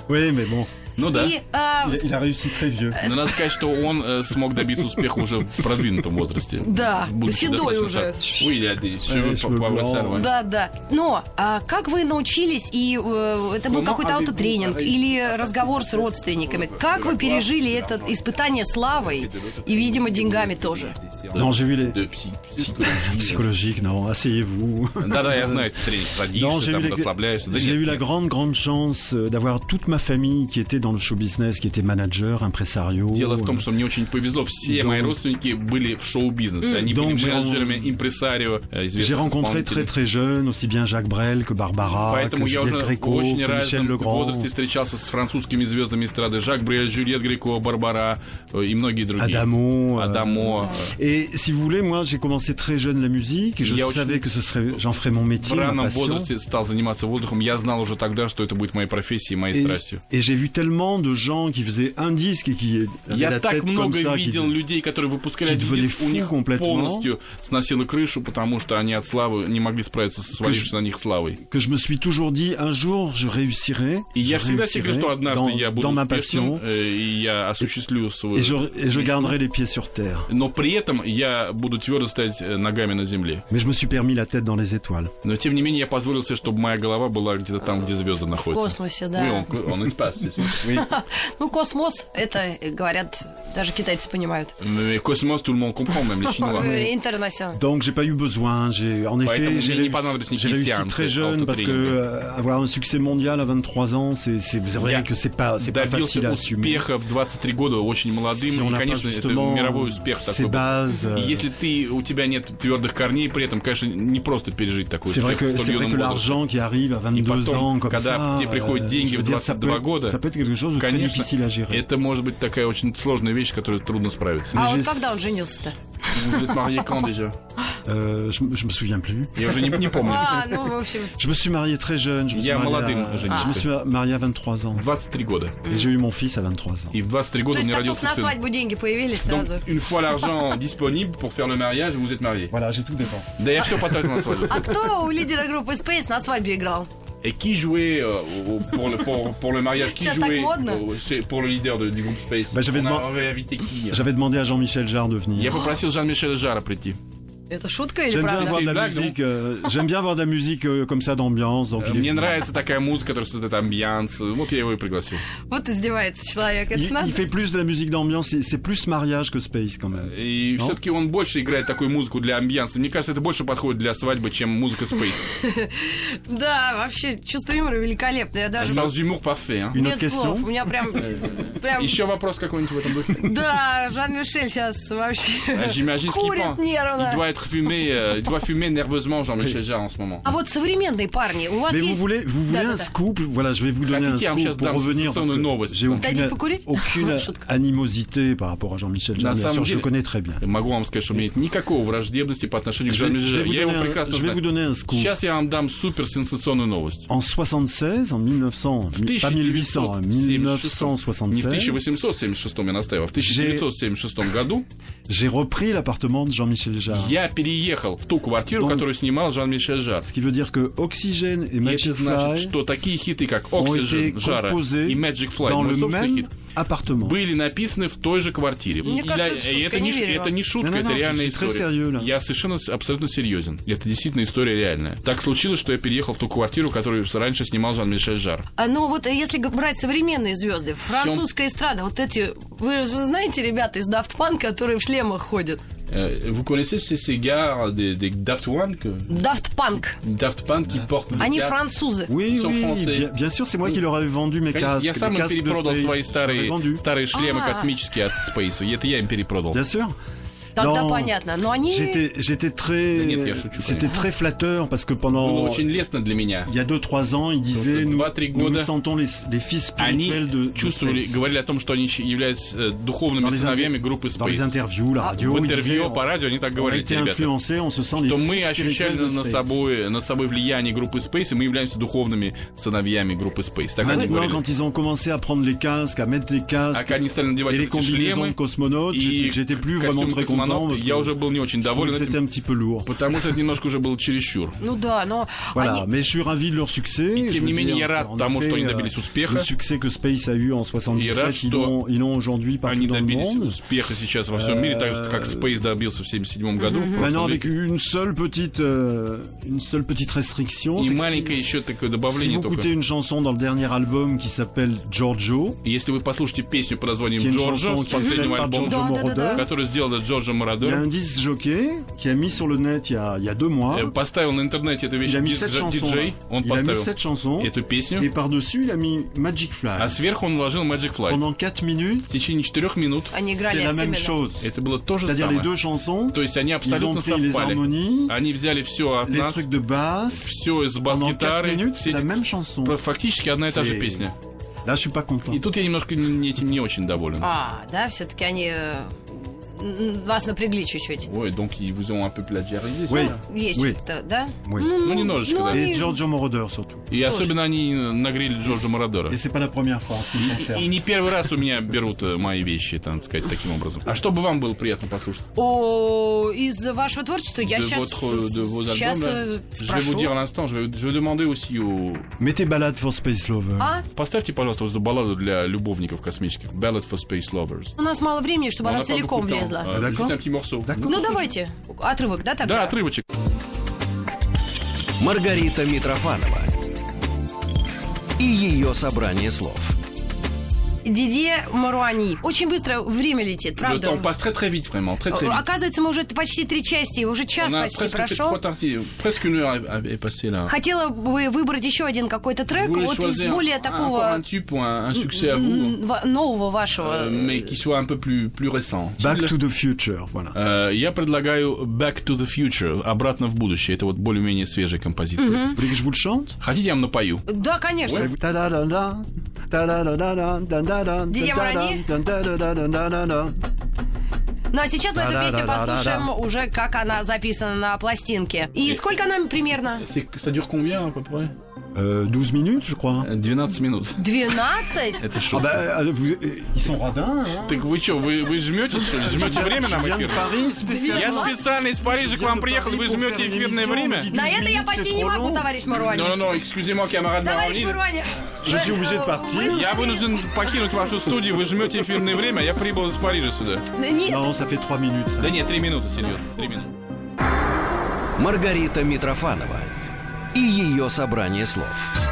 Speaker 4: Oui, mais bon,
Speaker 3: Ну да.
Speaker 2: И а,
Speaker 4: il, il a réussi très vieux.
Speaker 3: Но надо сказать, что он э, смог добиться успеха уже в продвинутом возрасте.
Speaker 2: Да,
Speaker 3: Будучи
Speaker 2: седой
Speaker 3: достаточно
Speaker 2: уже.
Speaker 3: стар. Oui, il a des cheveux
Speaker 4: les cheveux
Speaker 3: pour avoir
Speaker 4: blancs.
Speaker 3: ça, ouais.
Speaker 2: Да, да. Но а как вы научились, и э, это был
Speaker 3: Comment
Speaker 2: какой-то
Speaker 3: avez-vous
Speaker 2: аутотренинг
Speaker 3: arrivé
Speaker 2: или
Speaker 3: à passer
Speaker 2: разговор
Speaker 3: cette
Speaker 2: с
Speaker 3: épreuve
Speaker 2: родственниками?
Speaker 3: de la
Speaker 2: Как вы
Speaker 3: gloire,
Speaker 2: пережили
Speaker 3: de
Speaker 2: это
Speaker 3: l'argent,
Speaker 2: испытание
Speaker 3: Et
Speaker 2: славой
Speaker 3: de l'autre
Speaker 2: и, видимо,
Speaker 3: côté,
Speaker 2: деньгами
Speaker 3: des
Speaker 2: тоже?
Speaker 3: séances
Speaker 4: Non, j'ai vu les.
Speaker 3: de psy- psychologie.
Speaker 4: Psychologique, non, asseyez-vous.
Speaker 3: Да-да, я знаю, ты тренишь, садишься,
Speaker 4: Non, j'ai
Speaker 3: там
Speaker 4: eu, l'ex-
Speaker 3: расслабляешься. Да
Speaker 4: j'ai
Speaker 3: нет,
Speaker 4: eu la
Speaker 3: нет.
Speaker 4: grande, grande chance euh, d'avoir toute ma famille qui était dans le show business, qui était manager, impresario.
Speaker 3: Дело в
Speaker 4: euh,
Speaker 3: том, что мне очень повезло. Все
Speaker 4: Donc-
Speaker 3: мои родственники были в шоу-бизнесе. Они
Speaker 4: Donc,
Speaker 3: были
Speaker 4: j'ai ren-
Speaker 3: менеджерами, импресарио, э,
Speaker 4: J'ai
Speaker 3: известными
Speaker 4: rencontré
Speaker 3: исполнителями.
Speaker 4: très très jeune aussi bien Jacques Brel que Barbara, que
Speaker 3: Поэтому я
Speaker 4: Juliette
Speaker 3: уже в
Speaker 4: Gréco,
Speaker 3: очень
Speaker 4: que Michel
Speaker 3: разном
Speaker 4: Legrand.
Speaker 3: возрасте встречался с французскими звездами эстрады Жак Брель, Жюльет Греко, Барбара э, и многие другие.
Speaker 4: Adamo. euh,
Speaker 3: Адамо.
Speaker 4: Et si vous voulez, moi j'ai commencé très jeune la musique, je
Speaker 3: Il y a aussi-
Speaker 4: savais que ce serait, j'en ferais mon
Speaker 3: В
Speaker 4: métier, ma
Speaker 3: раннем
Speaker 4: passion.
Speaker 3: возрасте стал заниматься воздухом. Я знал уже тогда, что это будет моей профессией, моей
Speaker 4: Et,
Speaker 3: страстью.
Speaker 4: et j'ai vu tellement de gens qui faisaient un disque et qui avaient
Speaker 3: Я
Speaker 4: la
Speaker 3: так
Speaker 4: tête comme
Speaker 3: много
Speaker 4: ça, qui-
Speaker 3: видел людей, которые выпускали
Speaker 4: qui
Speaker 3: один
Speaker 4: devenaient
Speaker 3: диск, у
Speaker 4: fous
Speaker 3: них
Speaker 4: complètement.
Speaker 3: полностью сносило крышу, потому что они от славы не могли справиться со свалившейся на них славой.
Speaker 4: que je me suis toujours dit un jour je réussirai.
Speaker 3: И
Speaker 4: je
Speaker 3: я всегда
Speaker 4: réussirai
Speaker 3: секрет, что однажды
Speaker 4: dans,
Speaker 3: я буду
Speaker 4: dans ma
Speaker 3: успешным,
Speaker 4: passion
Speaker 3: э, и я осуществлю свою...
Speaker 4: et je, et je garderai les pieds sur terre.
Speaker 3: Но при этом я буду твердо стоять э, ногами на земле.
Speaker 4: Mais je me suis permis la tête dans les étoiles.
Speaker 3: Но тем не менее я позволил себе, чтобы моя голова была где-то там, где звезды
Speaker 2: В
Speaker 3: находятся.
Speaker 2: космосе,
Speaker 3: Oui,
Speaker 2: да.
Speaker 3: on, on y passe.
Speaker 2: Ну, космос, это, э, говорят, даже китайцы понимают. Э,
Speaker 3: Mais Cosmos, tout le monde comprend, même les Chinois.
Speaker 2: Интернационал.
Speaker 3: Ну,
Speaker 4: Donc j'ai pas eu besoin. J'ai en
Speaker 3: Ouais,
Speaker 4: effet
Speaker 3: donc,
Speaker 4: j'ai
Speaker 3: il n'est pas dans le
Speaker 4: réussi, j'ai
Speaker 3: sneaky
Speaker 4: réussi
Speaker 3: seance,
Speaker 4: très
Speaker 3: c'est
Speaker 4: jeune parce que
Speaker 3: auto-training.
Speaker 4: euh, avoir un succès mondial à 23 ans, c'est c'est vrai
Speaker 3: Я
Speaker 4: que c'est pas c'est pas facile
Speaker 3: добился
Speaker 4: à assumer.
Speaker 3: успеха в 23 года очень молодым.
Speaker 4: Si on
Speaker 3: и,
Speaker 4: n'a pas
Speaker 3: конечно, это
Speaker 4: justement
Speaker 3: мировой успех
Speaker 4: ses
Speaker 3: такой. был.
Speaker 4: bases. euh,
Speaker 3: И если ты, у тебя нет твердых корней, при этом, конечно, не просто пережить такой
Speaker 4: C'est vrai
Speaker 3: успех
Speaker 4: que,
Speaker 3: в столь
Speaker 4: c'est vrai
Speaker 3: юном
Speaker 4: que
Speaker 3: возрасте.
Speaker 4: l'argent qui arrive à 22
Speaker 3: потом,
Speaker 4: ans comme
Speaker 3: когда
Speaker 4: ça, euh,
Speaker 3: тебе приходят деньги
Speaker 4: je
Speaker 3: в
Speaker 4: veux dire, ça, peut
Speaker 3: 22
Speaker 4: être,
Speaker 3: года,
Speaker 4: ça peut être quelque chose de très
Speaker 3: Конечно,
Speaker 4: difficile à gérer.
Speaker 3: это может быть такая очень сложная вещь, с которой трудно справиться.
Speaker 2: А
Speaker 4: Mais
Speaker 2: вот
Speaker 4: j'ai-
Speaker 2: когда он женился-то?
Speaker 3: Vous êtes marié quand déjà
Speaker 4: Euh, je, je me souviens plus.
Speaker 3: Я уже не, не помню.
Speaker 2: А, ну, в общем,
Speaker 4: Je me suis marié très jeune. Je me
Speaker 3: Il
Speaker 4: suis
Speaker 3: y a un
Speaker 4: marié,
Speaker 3: Aladdin,
Speaker 4: à,
Speaker 3: j'ai
Speaker 4: je
Speaker 3: dit.
Speaker 4: me suis marié à 23 ans
Speaker 3: 23 года.
Speaker 4: et j'ai eu mon fils à 23 ans.
Speaker 3: И в 23
Speaker 2: то
Speaker 3: года у
Speaker 2: есть
Speaker 3: меня
Speaker 2: как только
Speaker 3: родился
Speaker 2: на
Speaker 3: сын.
Speaker 2: свадьбу деньги появились
Speaker 3: Donc,
Speaker 2: сразу.
Speaker 3: une fois l'argent disponible pour faire le mariage, vous êtes marié.
Speaker 4: Voilà, j'ai tout dépensé.
Speaker 3: Да я все потратил на свадьбу.
Speaker 2: А кто у лидера группы Space на свадьбе играл?
Speaker 3: Et qui jouait euh, au- pour, le, pour, pour le mariage Qui
Speaker 2: Tiens, t'as
Speaker 3: jouait
Speaker 2: couronne.
Speaker 3: au- chez- pour le leader de- du groupe Space
Speaker 4: Bah, j'avais
Speaker 3: On a-
Speaker 4: demandé-
Speaker 3: on avait invité qui
Speaker 4: J'avais demandé à Jean-Michel Jarre de
Speaker 3: Я
Speaker 4: venir.
Speaker 3: попросил Жан-Мишеля Жара прийти.
Speaker 2: Это шутка или
Speaker 4: J'aime bien
Speaker 2: правда?
Speaker 4: avoir de la
Speaker 3: blague, non
Speaker 4: musique. euh, J'aime bien avoir de la musique euh, comme ça d'ambiance. Donc
Speaker 3: Э,
Speaker 4: il est
Speaker 3: Мне
Speaker 4: venu.
Speaker 3: нравится такая музыка, которая создает амбианс. Вот я его и пригласил.
Speaker 2: Вот издевается человек. Это
Speaker 4: Il,
Speaker 2: ж надо.
Speaker 4: il fait plus de la musique d'ambiance. c'est- C'est plus mariage que space quand même.
Speaker 3: И
Speaker 4: Ну?
Speaker 3: все-таки он больше играет такую музыку для амбианса. Мне кажется, это больше подходит для свадьбы, чем музыка Space.
Speaker 2: Да, вообще, чувство юмора великолепно. Я даже...
Speaker 3: Sans humour parfait. hein.
Speaker 4: Une autre
Speaker 2: Нет
Speaker 4: question
Speaker 2: слов, у меня прям... прям...
Speaker 3: Еще вопрос какой-нибудь в этом духе?
Speaker 2: Да, Жан-Мишель сейчас
Speaker 3: Euh,
Speaker 2: вообще
Speaker 3: J'imagine ce qu'il
Speaker 2: курит
Speaker 3: pense.
Speaker 2: нервно.
Speaker 3: Il doit être fumé, euh, il doit fumer nerveusement Jean-Michel Jarre en ce moment.
Speaker 2: А вот современные парни, у вас
Speaker 4: Mais vous
Speaker 2: есть...
Speaker 4: voulez, vous voulez
Speaker 2: Да-да-да.
Speaker 4: un scoop Voilà, je vais vous donner un
Speaker 3: Хотите, я вам
Speaker 4: scoop
Speaker 3: щас
Speaker 4: pour
Speaker 3: дам
Speaker 4: revenir. Parce
Speaker 3: сенсационную
Speaker 4: que
Speaker 3: новость.
Speaker 4: j'ai
Speaker 2: T'as dit Ah,
Speaker 4: aucune,
Speaker 2: покурить?
Speaker 4: aucune
Speaker 2: Шутка.
Speaker 4: animosité par rapport à Jean-Michel
Speaker 3: На
Speaker 4: Jarre. Bien
Speaker 3: самом
Speaker 4: sûr, je
Speaker 3: деле-
Speaker 4: le connais très bien.
Speaker 3: Могу вам сказать, что у меня нет никакого враждебности по отношению к
Speaker 4: Je vais,
Speaker 3: Жан-Мишелю
Speaker 4: je vais
Speaker 3: Жару.
Speaker 4: vous,
Speaker 3: Я его
Speaker 4: donner un,
Speaker 3: прекрасно
Speaker 4: je vais vous
Speaker 3: знаю.
Speaker 4: donner un scoop.
Speaker 3: Сейчас я вам дам супер сенсационную новость.
Speaker 4: En 76, en 1900, pas 1800, hein,
Speaker 3: 1976. Не в
Speaker 4: 1976,
Speaker 3: 1876 я настаивал, а в
Speaker 4: J'ai-
Speaker 3: 1976 году
Speaker 4: j'ai repris l'appartement de Jean-Michel Jarre.
Speaker 3: я переехал в ту квартиру,
Speaker 4: Ну,
Speaker 3: которую снимал Жан-Мишель Жар.
Speaker 4: Ce qui veut dire que Oxygène et
Speaker 3: И
Speaker 4: Magic
Speaker 3: это значит,
Speaker 4: Fly
Speaker 3: что такие хиты, как
Speaker 4: ont été
Speaker 3: Oxygen, Жара
Speaker 4: composés
Speaker 3: и Magic Fly,
Speaker 4: dans
Speaker 3: мой
Speaker 4: le
Speaker 3: собственный
Speaker 4: même
Speaker 3: хит,
Speaker 4: appartement.
Speaker 3: были написаны в той же квартире.
Speaker 2: Мне
Speaker 3: И
Speaker 2: кажется,
Speaker 3: я-
Speaker 2: это шутка,
Speaker 3: и это,
Speaker 2: не
Speaker 3: не, ш-
Speaker 2: верю вам.
Speaker 3: это не шутка,
Speaker 4: Не-не-не,
Speaker 3: это
Speaker 4: je
Speaker 3: реальная
Speaker 4: suis très
Speaker 3: история.
Speaker 4: sérieux, là.
Speaker 3: Я совершенно с- абсолютно серьезен. Это действительно история реальная. Так случилось, что я переехал в ту квартиру, которую раньше снимал Жан-Мишель Жар.
Speaker 2: А, Ну вот э, если г- брать современные звезды, французская эстрада, вот эти, вы же знаете ребята из Daft Punk, которые в шлемах ходят?
Speaker 3: Vous Э, connaissez ces gars des, Daft
Speaker 2: Daft Punk,
Speaker 3: Daft Punk qui portent
Speaker 2: они французы.
Speaker 4: Oui,
Speaker 3: Ils sont
Speaker 4: oui,
Speaker 3: français.
Speaker 4: bien, bien sûr, c'est moi qui leur avais vendu mes
Speaker 3: Конечно,
Speaker 4: casques.
Speaker 3: я сам
Speaker 4: les
Speaker 3: им
Speaker 4: casques de
Speaker 3: перепродал
Speaker 4: Space.
Speaker 3: свои
Speaker 4: J'avais
Speaker 3: старые,
Speaker 4: vendu.
Speaker 3: старые шлемы
Speaker 2: А.
Speaker 3: космические от Space. И это я им перепродал.
Speaker 4: Bien sûr.
Speaker 2: Тогда
Speaker 4: Non,
Speaker 2: понятно, но они...
Speaker 4: J'étais, j'étais
Speaker 3: Да нет,
Speaker 4: très,
Speaker 3: я шучу,
Speaker 4: c'était
Speaker 3: конечно.
Speaker 4: très flatteur parce que
Speaker 3: Было
Speaker 4: pendant,
Speaker 3: очень лестно для меня.
Speaker 4: il y a 2-3 ans, ils disaient,
Speaker 3: Donc,
Speaker 4: nous,
Speaker 3: два-три
Speaker 4: nous
Speaker 3: года
Speaker 4: nous sentons les, les fils
Speaker 3: Они
Speaker 4: spirituels de, de
Speaker 3: чувствовали,
Speaker 4: Space.
Speaker 3: говорили о том, что они щ- являются э, духовными
Speaker 4: Dans les,
Speaker 3: сыновьями
Speaker 4: inter-
Speaker 3: группы
Speaker 4: dans les
Speaker 3: Space.
Speaker 4: interviews, la radio,
Speaker 3: В
Speaker 4: ils disaient,
Speaker 3: интервью
Speaker 4: on-
Speaker 3: по радио они так
Speaker 4: on a
Speaker 3: говорили,
Speaker 4: été
Speaker 3: эти ребята.
Speaker 4: influencés, on se sent les
Speaker 3: Что
Speaker 4: fils
Speaker 3: мы
Speaker 4: spirituels
Speaker 3: ощущали
Speaker 4: de
Speaker 3: на
Speaker 4: Space.
Speaker 3: собой, над собой влияние группы Space, и мы являемся духовными сыновьями группы Space. Так они
Speaker 4: Maintenant,
Speaker 3: говорили.
Speaker 4: quand ils ont commencé à prendre les casques, à mettre les
Speaker 3: А
Speaker 4: casques,
Speaker 3: когда они стали
Speaker 4: et
Speaker 3: надевать
Speaker 4: les
Speaker 3: эти
Speaker 4: combinaisons de
Speaker 3: шлемы
Speaker 4: cosmonautes,
Speaker 3: и
Speaker 4: j'étais j'étais plus vraiment
Speaker 3: костюм
Speaker 4: très content.
Speaker 3: космонавта,
Speaker 4: parce que
Speaker 3: я уже был не очень
Speaker 4: je trouvais
Speaker 3: доволен
Speaker 4: que C'était
Speaker 3: этим,
Speaker 4: un petit peu lourd.
Speaker 3: потому что это немножко уже было чересчур.
Speaker 2: Ну да, но
Speaker 4: Voilà,
Speaker 2: они-
Speaker 4: mais je suis ravi de leur succès.
Speaker 3: тем
Speaker 4: Je
Speaker 3: не
Speaker 4: veux
Speaker 3: менее,
Speaker 4: dire,
Speaker 3: я рад
Speaker 4: en
Speaker 3: тому,
Speaker 4: effet,
Speaker 3: что они
Speaker 4: euh,
Speaker 3: добились успеха.
Speaker 4: Le succès que Space a eu en
Speaker 3: И рад,
Speaker 4: 77, ils
Speaker 3: что
Speaker 4: l'ont- ils l'ont aujourd'hui partout
Speaker 3: Они
Speaker 4: dans le
Speaker 3: добились
Speaker 4: monde.
Speaker 3: успеха сейчас во всем мире, так же, как Space добился в 77 году. в прошлом
Speaker 4: Maintenant, avec
Speaker 3: веке.
Speaker 4: une seule petite, euh, une seule petite restriction,
Speaker 3: И
Speaker 4: c'est que
Speaker 3: маленькое
Speaker 4: si,
Speaker 3: еще такое
Speaker 4: si
Speaker 3: добавление
Speaker 4: vous
Speaker 3: только.
Speaker 4: écoutez une chanson dans le dernier album qui s'appelle Giorgio,
Speaker 3: Если вы послушаете песню под
Speaker 4: qui est
Speaker 3: названием
Speaker 4: une
Speaker 3: Джорджа
Speaker 4: chanson
Speaker 3: с
Speaker 4: qui est faite
Speaker 3: последнего
Speaker 4: par
Speaker 3: альбома,
Speaker 4: Giorgio
Speaker 2: Да, да, да, да.
Speaker 4: Moroder,
Speaker 3: который сделал Джорджа
Speaker 4: il y a
Speaker 3: Морадор,
Speaker 4: un disque jockey qui a mis sur le net il y a, il y a deux mois.
Speaker 3: э, поставил на интернете эту вещь
Speaker 4: Il a mis
Speaker 3: дис-
Speaker 4: cette
Speaker 3: дж-
Speaker 4: chanson.
Speaker 3: диджей, он
Speaker 4: Il Ah, a mis
Speaker 3: поставил
Speaker 4: cette chanson.
Speaker 3: эту
Speaker 4: Et
Speaker 3: песню,
Speaker 4: par-dessus, il a mis Magic Fly.
Speaker 3: а сверху он вложил Magic Fly.
Speaker 4: Pendant 4 minutes,
Speaker 3: В течение четырех минут
Speaker 2: они
Speaker 4: c'est
Speaker 2: играли
Speaker 4: la même
Speaker 2: одновременно.
Speaker 4: chose.
Speaker 3: это было то же
Speaker 4: C'est-à-dire les
Speaker 3: самое.
Speaker 4: deux chansons,
Speaker 3: То есть они
Speaker 4: ils ont
Speaker 3: абсолютно
Speaker 4: pris les
Speaker 3: совпали.
Speaker 4: harmonies,
Speaker 3: Они взяли все от
Speaker 4: les
Speaker 3: нас,
Speaker 4: trucs de basse.
Speaker 3: все из
Speaker 4: Pendant 4
Speaker 3: бас-гитары,
Speaker 4: minutes,
Speaker 3: все
Speaker 4: c'est la
Speaker 3: эти-
Speaker 4: même chanson.
Speaker 3: фактически одна и та же
Speaker 4: C'est-
Speaker 3: песня.
Speaker 4: Là, je suis pas content.
Speaker 3: И тут я немножко н- этим не очень доволен.
Speaker 4: Ah.
Speaker 2: А, да, все-таки они э, м, вас напрягли чуть-чуть.
Speaker 3: Ой, donc ils vous ont un peu plagiarisé,
Speaker 4: Oui.
Speaker 3: ça.
Speaker 2: Есть
Speaker 4: Oui.
Speaker 2: что-то, да?
Speaker 4: Oui.
Speaker 3: Ну, немножечко, да.
Speaker 4: Et
Speaker 2: они-
Speaker 4: Giorgio Moroder surtout.
Speaker 3: И особенно они нагрели Джорджа Морадора.
Speaker 4: Et c'est pas la première fois en ce qui me concerne.
Speaker 3: И не первый раз у меня берут э, мои вещи, так сказать, таким образом. А чтобы вам было приятно послушать?
Speaker 2: О, из э, вашего творчества я
Speaker 3: de
Speaker 2: сейчас...
Speaker 3: votre, euh, de vos
Speaker 2: сейчас
Speaker 3: albums, là,
Speaker 2: э,
Speaker 3: Je vais vous
Speaker 2: спрошу.
Speaker 3: dire à l'instant, je vais, je vais demander aussi au...
Speaker 4: Mettez Ballade for Space Lover.
Speaker 2: А?
Speaker 3: Поставьте, пожалуйста, вот эту балладу для любовников космических. Ballad for Space Lovers.
Speaker 2: У нас мало времени, чтобы
Speaker 3: On
Speaker 2: она
Speaker 3: n'a pas
Speaker 2: целиком
Speaker 3: beaucoup de temps.
Speaker 2: влезла.
Speaker 3: Euh,
Speaker 4: D'accord.
Speaker 3: Juste un petit morceau.
Speaker 4: D'accord.
Speaker 2: Ну, давайте. Отрывок, а, да, тогда?
Speaker 3: Да, отрывочек.
Speaker 1: Маргарита Митрофанова и ее собрание слов.
Speaker 2: Дидье Маруани. Очень быстро время летит,
Speaker 3: Le
Speaker 2: правда? а
Speaker 3: temps passe très très vite, vraiment. Très très vite.
Speaker 2: Оказывается, мы уже почти три части, уже час
Speaker 3: On a
Speaker 2: почти
Speaker 3: presque fait
Speaker 2: прошел.
Speaker 3: trois parties. Presque une heure est est passée là.
Speaker 2: Хотела бы выбрать еще один какой-то
Speaker 3: Vous
Speaker 2: трек,
Speaker 3: voulez
Speaker 2: вот из
Speaker 3: choisir
Speaker 2: более
Speaker 3: un- encore
Speaker 2: такого
Speaker 3: un tube ou un, un succès à vous,
Speaker 2: м, ва- нового
Speaker 3: euh,
Speaker 2: вашего.
Speaker 3: mais qui soit un peu plus, plus récent.
Speaker 4: Back to the Future, voilà.
Speaker 3: Э, Я предлагаю Back to the Future, обратно в будущее. Это вот более-менее свежая композиция.
Speaker 4: Vous voulez que je vous le chante
Speaker 3: Хотите, я вам напою?
Speaker 2: Да, конечно.
Speaker 4: Ta-da-da-da, ta-da-da-da-da, ta-da-da-da,
Speaker 2: Didier Morani
Speaker 4: ta-da-da-da-da-da-da.
Speaker 2: Ну а сейчас мы эту песню
Speaker 4: Да-да-да-да-да.
Speaker 2: послушаем уже, как она записана на пластинке. И сколько она примерно?
Speaker 3: C'est- Ça dure combien à peu près
Speaker 4: Euh, 12 minutes, je crois.
Speaker 3: Э, 12 минут.
Speaker 2: 12?
Speaker 3: Это
Speaker 4: Ah
Speaker 3: шутка.
Speaker 4: bah, euh, vous- euh, ils sont radins, hein.
Speaker 3: Так вы что, вы, вы жмете, что ли? Жмете время
Speaker 4: Je
Speaker 3: нам
Speaker 4: viens de
Speaker 3: эфир?
Speaker 4: Paris spécialement.
Speaker 3: Я специально из Парижа к вам приехал, вы жмете эфирное время?
Speaker 2: На это я пойти не могу, товарищ Маруани.
Speaker 3: Non, excusez-moi, camarade
Speaker 2: Товарищ Маруани.
Speaker 3: Маравни.
Speaker 4: Je suis obligé de partir.
Speaker 3: Я вынужден покинуть вашу студию, вы жмете эфирное время, а я прибыл из Парижа сюда.
Speaker 2: Не-
Speaker 4: Non, ça fait 3 minutes. ça.
Speaker 3: Да нет, три минуты, серьезно,
Speaker 2: Ну.
Speaker 3: три минуты.
Speaker 1: Маргарита Митрофанова и ее собрание слов.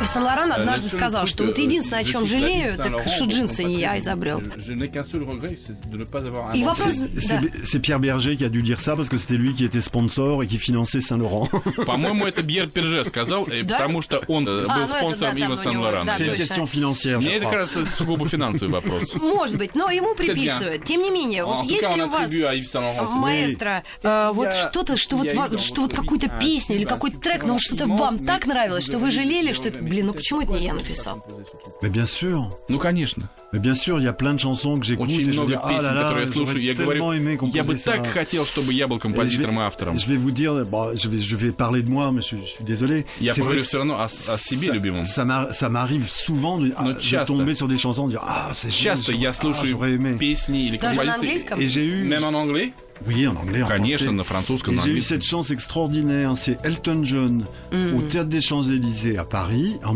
Speaker 2: Сан-Лоран однажды
Speaker 3: Euh, le
Speaker 2: сказал,
Speaker 3: seul
Speaker 2: что
Speaker 3: truc,
Speaker 2: вот
Speaker 3: euh,
Speaker 2: единственное, о
Speaker 3: je
Speaker 2: чем
Speaker 3: quitte la
Speaker 2: жалею,
Speaker 3: Saint
Speaker 2: так
Speaker 3: Laurent
Speaker 2: что
Speaker 3: pour
Speaker 2: джинсы не я
Speaker 3: Patrick.
Speaker 2: изобрел.
Speaker 3: Je n'ai qu'un seul regret, c'est de ne pas avoir
Speaker 2: И
Speaker 3: inventé.
Speaker 2: вопрос...
Speaker 4: C'est
Speaker 2: да.
Speaker 4: c'est Pierre Berger qui a dû dire ça parce que c'était lui qui était sponsor et qui finançait Saint-Laurent.
Speaker 3: По-моему, это Бьер Перже сказал, э,
Speaker 2: Да?
Speaker 3: потому что он э,
Speaker 2: А, ну
Speaker 3: был
Speaker 2: это
Speaker 3: спонсором
Speaker 2: да, там
Speaker 3: Ива
Speaker 2: у него,
Speaker 3: Сан-Лорана.
Speaker 2: да.
Speaker 4: C'est une
Speaker 2: Точно.
Speaker 4: question financière. je
Speaker 3: Мне это
Speaker 4: crois.
Speaker 3: как раз сугубо финансовый вопрос. А
Speaker 2: Может быть, но ему
Speaker 3: bien.
Speaker 2: приписывают. Тем не менее,
Speaker 3: En
Speaker 2: вот
Speaker 3: tout
Speaker 2: есть
Speaker 3: cas,
Speaker 2: ли
Speaker 3: on
Speaker 2: у вас...
Speaker 3: attribue à Yves Saint-Laurent.
Speaker 2: Маэстро, э, вот что-то, что вот, ва- что вот какую-то песню или какой-то трек, но что-то вам так нравилось, что вы жалели, что это, блин, ну почему это не я написал?
Speaker 4: Mais bien sûr.
Speaker 3: Ну, конечно.
Speaker 4: Mais bien sûr, il y a plein de chansons que j'écoute et
Speaker 3: Очень
Speaker 4: je me dis,
Speaker 3: много
Speaker 4: ah là
Speaker 3: песен,
Speaker 4: là,
Speaker 2: ну
Speaker 3: которые я слушаю.
Speaker 4: j'aurais
Speaker 3: Я
Speaker 4: tellement
Speaker 3: говорю,
Speaker 4: aimé
Speaker 3: я бы
Speaker 4: composer ça.
Speaker 3: так хотел, чтобы я был
Speaker 4: Et je, vais,
Speaker 3: композитором и автором.
Speaker 4: je vais vous dire, bon, je, vais, je vais parler de moi, mais je, je suis désolé.
Speaker 3: Я
Speaker 4: C'est vrai
Speaker 3: поговорю
Speaker 4: que
Speaker 3: все равно о, о себе
Speaker 4: ça-
Speaker 3: любимом.
Speaker 4: ça m'ar- ça m'arrive souvent de, ah,
Speaker 3: Notre
Speaker 4: de
Speaker 3: chaste.
Speaker 4: tomber sur des chansons, de dire ah c'est génial,
Speaker 3: Часто я
Speaker 2: А,
Speaker 4: j'aurais- ah,
Speaker 3: слушаю
Speaker 4: j'aurais aimé.
Speaker 3: песни или
Speaker 2: Даже на
Speaker 3: композиции.
Speaker 2: английском?
Speaker 4: Et j'ai eu,
Speaker 3: Même en anglais
Speaker 4: Oui, en anglais, en
Speaker 3: Конечно,
Speaker 4: français.
Speaker 3: на французском,
Speaker 4: Et
Speaker 3: на
Speaker 4: j'ai eu
Speaker 3: английском.
Speaker 4: cette chance extraordinaire, c'est Elton John au Théâtre des Champs-Élysées à Paris en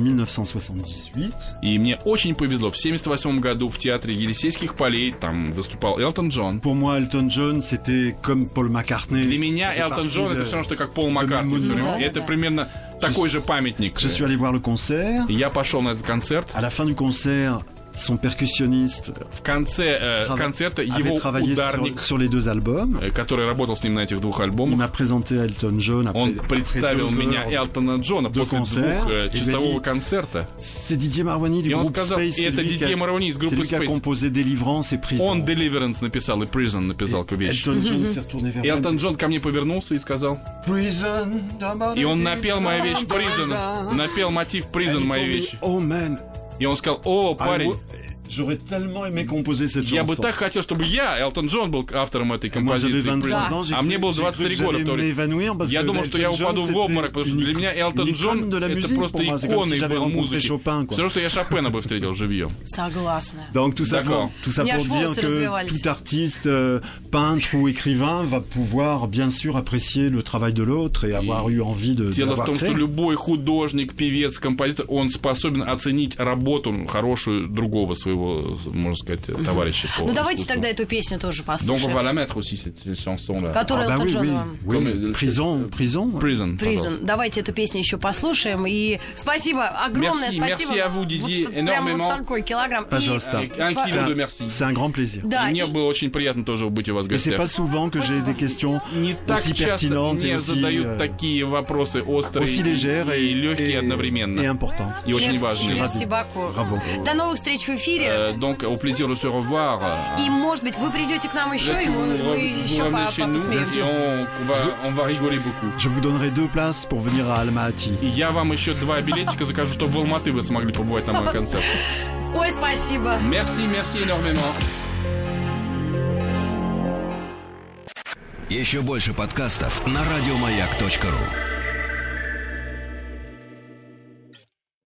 Speaker 4: 1978.
Speaker 3: И мне очень повезло. В 78 году в театре Елисейских полей там выступал Элтон Джон.
Speaker 4: Pour moi, Elton John, c'était comme Paul McCartney.
Speaker 3: Для меня
Speaker 4: C'était
Speaker 3: Элтон
Speaker 4: parti
Speaker 3: Джон
Speaker 4: de-
Speaker 3: это все равно, что как Пол Маккартни.
Speaker 4: Ну,
Speaker 3: понимаешь?
Speaker 2: да,
Speaker 3: Это
Speaker 2: да.
Speaker 3: примерно такой же памятник.
Speaker 4: Je suis allé voir le concert.
Speaker 3: Я пошел на этот концерт.
Speaker 4: À la fin du concert, son percussionniste
Speaker 3: В конце э,
Speaker 4: trava-
Speaker 3: концерта
Speaker 4: avait
Speaker 3: его
Speaker 4: travaillé
Speaker 3: ударник,
Speaker 4: sur, sur les deux albums.
Speaker 3: э, который работал с ним на этих двух
Speaker 4: Il
Speaker 3: альбомах,
Speaker 4: m'a présenté Elton John. Après,
Speaker 3: он
Speaker 4: après
Speaker 3: представил
Speaker 4: deux
Speaker 3: меня
Speaker 4: heures.
Speaker 3: Элтона Джона
Speaker 4: Deux
Speaker 3: после
Speaker 4: concerts,
Speaker 3: двух э,
Speaker 4: il m'a
Speaker 3: часового
Speaker 4: dit-
Speaker 3: концерта.
Speaker 4: C'est Didier Marwani du
Speaker 3: Et on
Speaker 4: groupe
Speaker 3: se casa-
Speaker 4: Space.
Speaker 3: et
Speaker 4: c'est
Speaker 3: это
Speaker 4: lui qui a-
Speaker 3: Didier Marwani из
Speaker 4: c'est
Speaker 3: группы
Speaker 4: lui qui a
Speaker 3: Space.
Speaker 4: composé Délivrance et Prison.
Speaker 3: Он Deliverance написал и Prison написал
Speaker 4: Э,
Speaker 3: к вещи.
Speaker 4: Elton John s'est retourné vers
Speaker 3: И Элтон Джон ко мне повернулся и сказал.
Speaker 4: Prison.
Speaker 3: И он напел мою вещь Prison. Напел мотив Prison
Speaker 4: And he
Speaker 3: моей
Speaker 4: told me,
Speaker 3: вещи.
Speaker 4: Oh man,
Speaker 3: И он сказал, о,
Speaker 4: I
Speaker 3: парень,
Speaker 4: would- J'aurais tellement aimé composer cette
Speaker 3: я бы
Speaker 4: chanson.
Speaker 3: так хотел, чтобы я, Элтон Джон, был автором этой
Speaker 4: Moi j'avais
Speaker 3: композиции.
Speaker 4: 23
Speaker 3: Prison».
Speaker 4: ans, j'ai
Speaker 3: а
Speaker 4: cru-
Speaker 3: мне было
Speaker 4: j'ai cru que
Speaker 3: 23 года в то
Speaker 4: j'allais
Speaker 3: время.
Speaker 4: m'évanouir parce
Speaker 3: Я
Speaker 4: que
Speaker 3: думал, что я
Speaker 4: Elton John,
Speaker 3: упаду в
Speaker 4: c'était
Speaker 3: обморок, потому что
Speaker 4: une
Speaker 3: для меня Элтон
Speaker 4: icône
Speaker 3: Джон
Speaker 4: de la
Speaker 3: это
Speaker 4: musique
Speaker 3: просто
Speaker 4: pour moi. C'est comme si
Speaker 3: иконой
Speaker 4: j'avais
Speaker 3: был
Speaker 4: rencontré
Speaker 3: музыки.
Speaker 4: Chopin, quoi.
Speaker 3: Все равно, что я Шопена бы встретил живьем.
Speaker 5: Согласна.
Speaker 4: Donc tout ça
Speaker 3: D'accord.
Speaker 4: pour, tout ça
Speaker 2: Я
Speaker 4: pour
Speaker 2: ж
Speaker 4: dire
Speaker 2: волосы
Speaker 4: que
Speaker 2: развивались.
Speaker 4: tout artiste, euh, peintre ou écrivain va pouvoir bien sûr apprécier le travail de l'autre et avoir eu envie de,
Speaker 3: Дело в
Speaker 4: d'avoir
Speaker 3: том,
Speaker 4: créé.
Speaker 3: что любой художник, певец, композитор, он способен оценить работу хорошую другого своего, можно сказать, товарища. по
Speaker 2: Ну давайте
Speaker 3: искусству.
Speaker 2: тогда эту песню тоже
Speaker 6: Donc on va
Speaker 3: Ну,
Speaker 2: послушаем.
Speaker 6: la mettre aussi, cette chanson-là.
Speaker 4: Ah
Speaker 3: А,
Speaker 2: Которую
Speaker 4: bah
Speaker 2: Элтон
Speaker 4: oui,
Speaker 2: Джон
Speaker 4: oui,
Speaker 2: вам.
Speaker 4: oui.
Speaker 6: Comme le-
Speaker 4: prison,
Speaker 6: c'est-
Speaker 4: prison. euh,
Speaker 3: Prison. пожалуйста.
Speaker 2: Prison. Давайте эту песню еще послушаем. И спасибо, огромное
Speaker 3: Merci,
Speaker 2: спасибо.
Speaker 3: merci à vous, Didier,
Speaker 2: Вот прям
Speaker 3: énormément.
Speaker 2: вот такой килограмм. И-
Speaker 4: Пожалуйста.
Speaker 3: Avec Un
Speaker 2: Enfin,
Speaker 4: C'est
Speaker 3: kilo
Speaker 4: un-
Speaker 3: de merci.
Speaker 4: C'est un grand plaisir.
Speaker 2: Да,
Speaker 3: Мне
Speaker 2: и-
Speaker 3: было очень приятно тоже быть у вас в
Speaker 4: Mais c'est
Speaker 3: гостях.
Speaker 4: pas souvent que j'ai des questions
Speaker 3: Не так
Speaker 4: aussi
Speaker 3: часто
Speaker 4: pertinentes et
Speaker 3: мне
Speaker 4: aussi,
Speaker 3: задают
Speaker 4: euh,
Speaker 3: такие вопросы острые
Speaker 4: aussi légères
Speaker 3: и,
Speaker 4: et,
Speaker 3: легкие
Speaker 4: et-
Speaker 3: одновременно.
Speaker 4: et importantes.
Speaker 3: И очень
Speaker 2: Merci,
Speaker 3: важные.
Speaker 2: merci beaucoup.
Speaker 4: Bravo.
Speaker 2: До новых встреч в эфире.
Speaker 3: Э, Donc, au plaisir de se revoir.
Speaker 2: И, может быть, вы придете к нам еще, и мы, мы еще по-
Speaker 3: chez nous,
Speaker 2: посмеемся.
Speaker 3: et on, on va, on va rigoler beaucoup.
Speaker 4: Je vous donnerai deux places pour venir à Almaty.
Speaker 3: И я вам еще два билетика закажу, чтобы в Алматы вы смогли побывать на моем концерте.
Speaker 2: Ой, спасибо.
Speaker 3: Merci, merci énormément.
Speaker 1: Еще больше подкастов на радиомаяк.ру.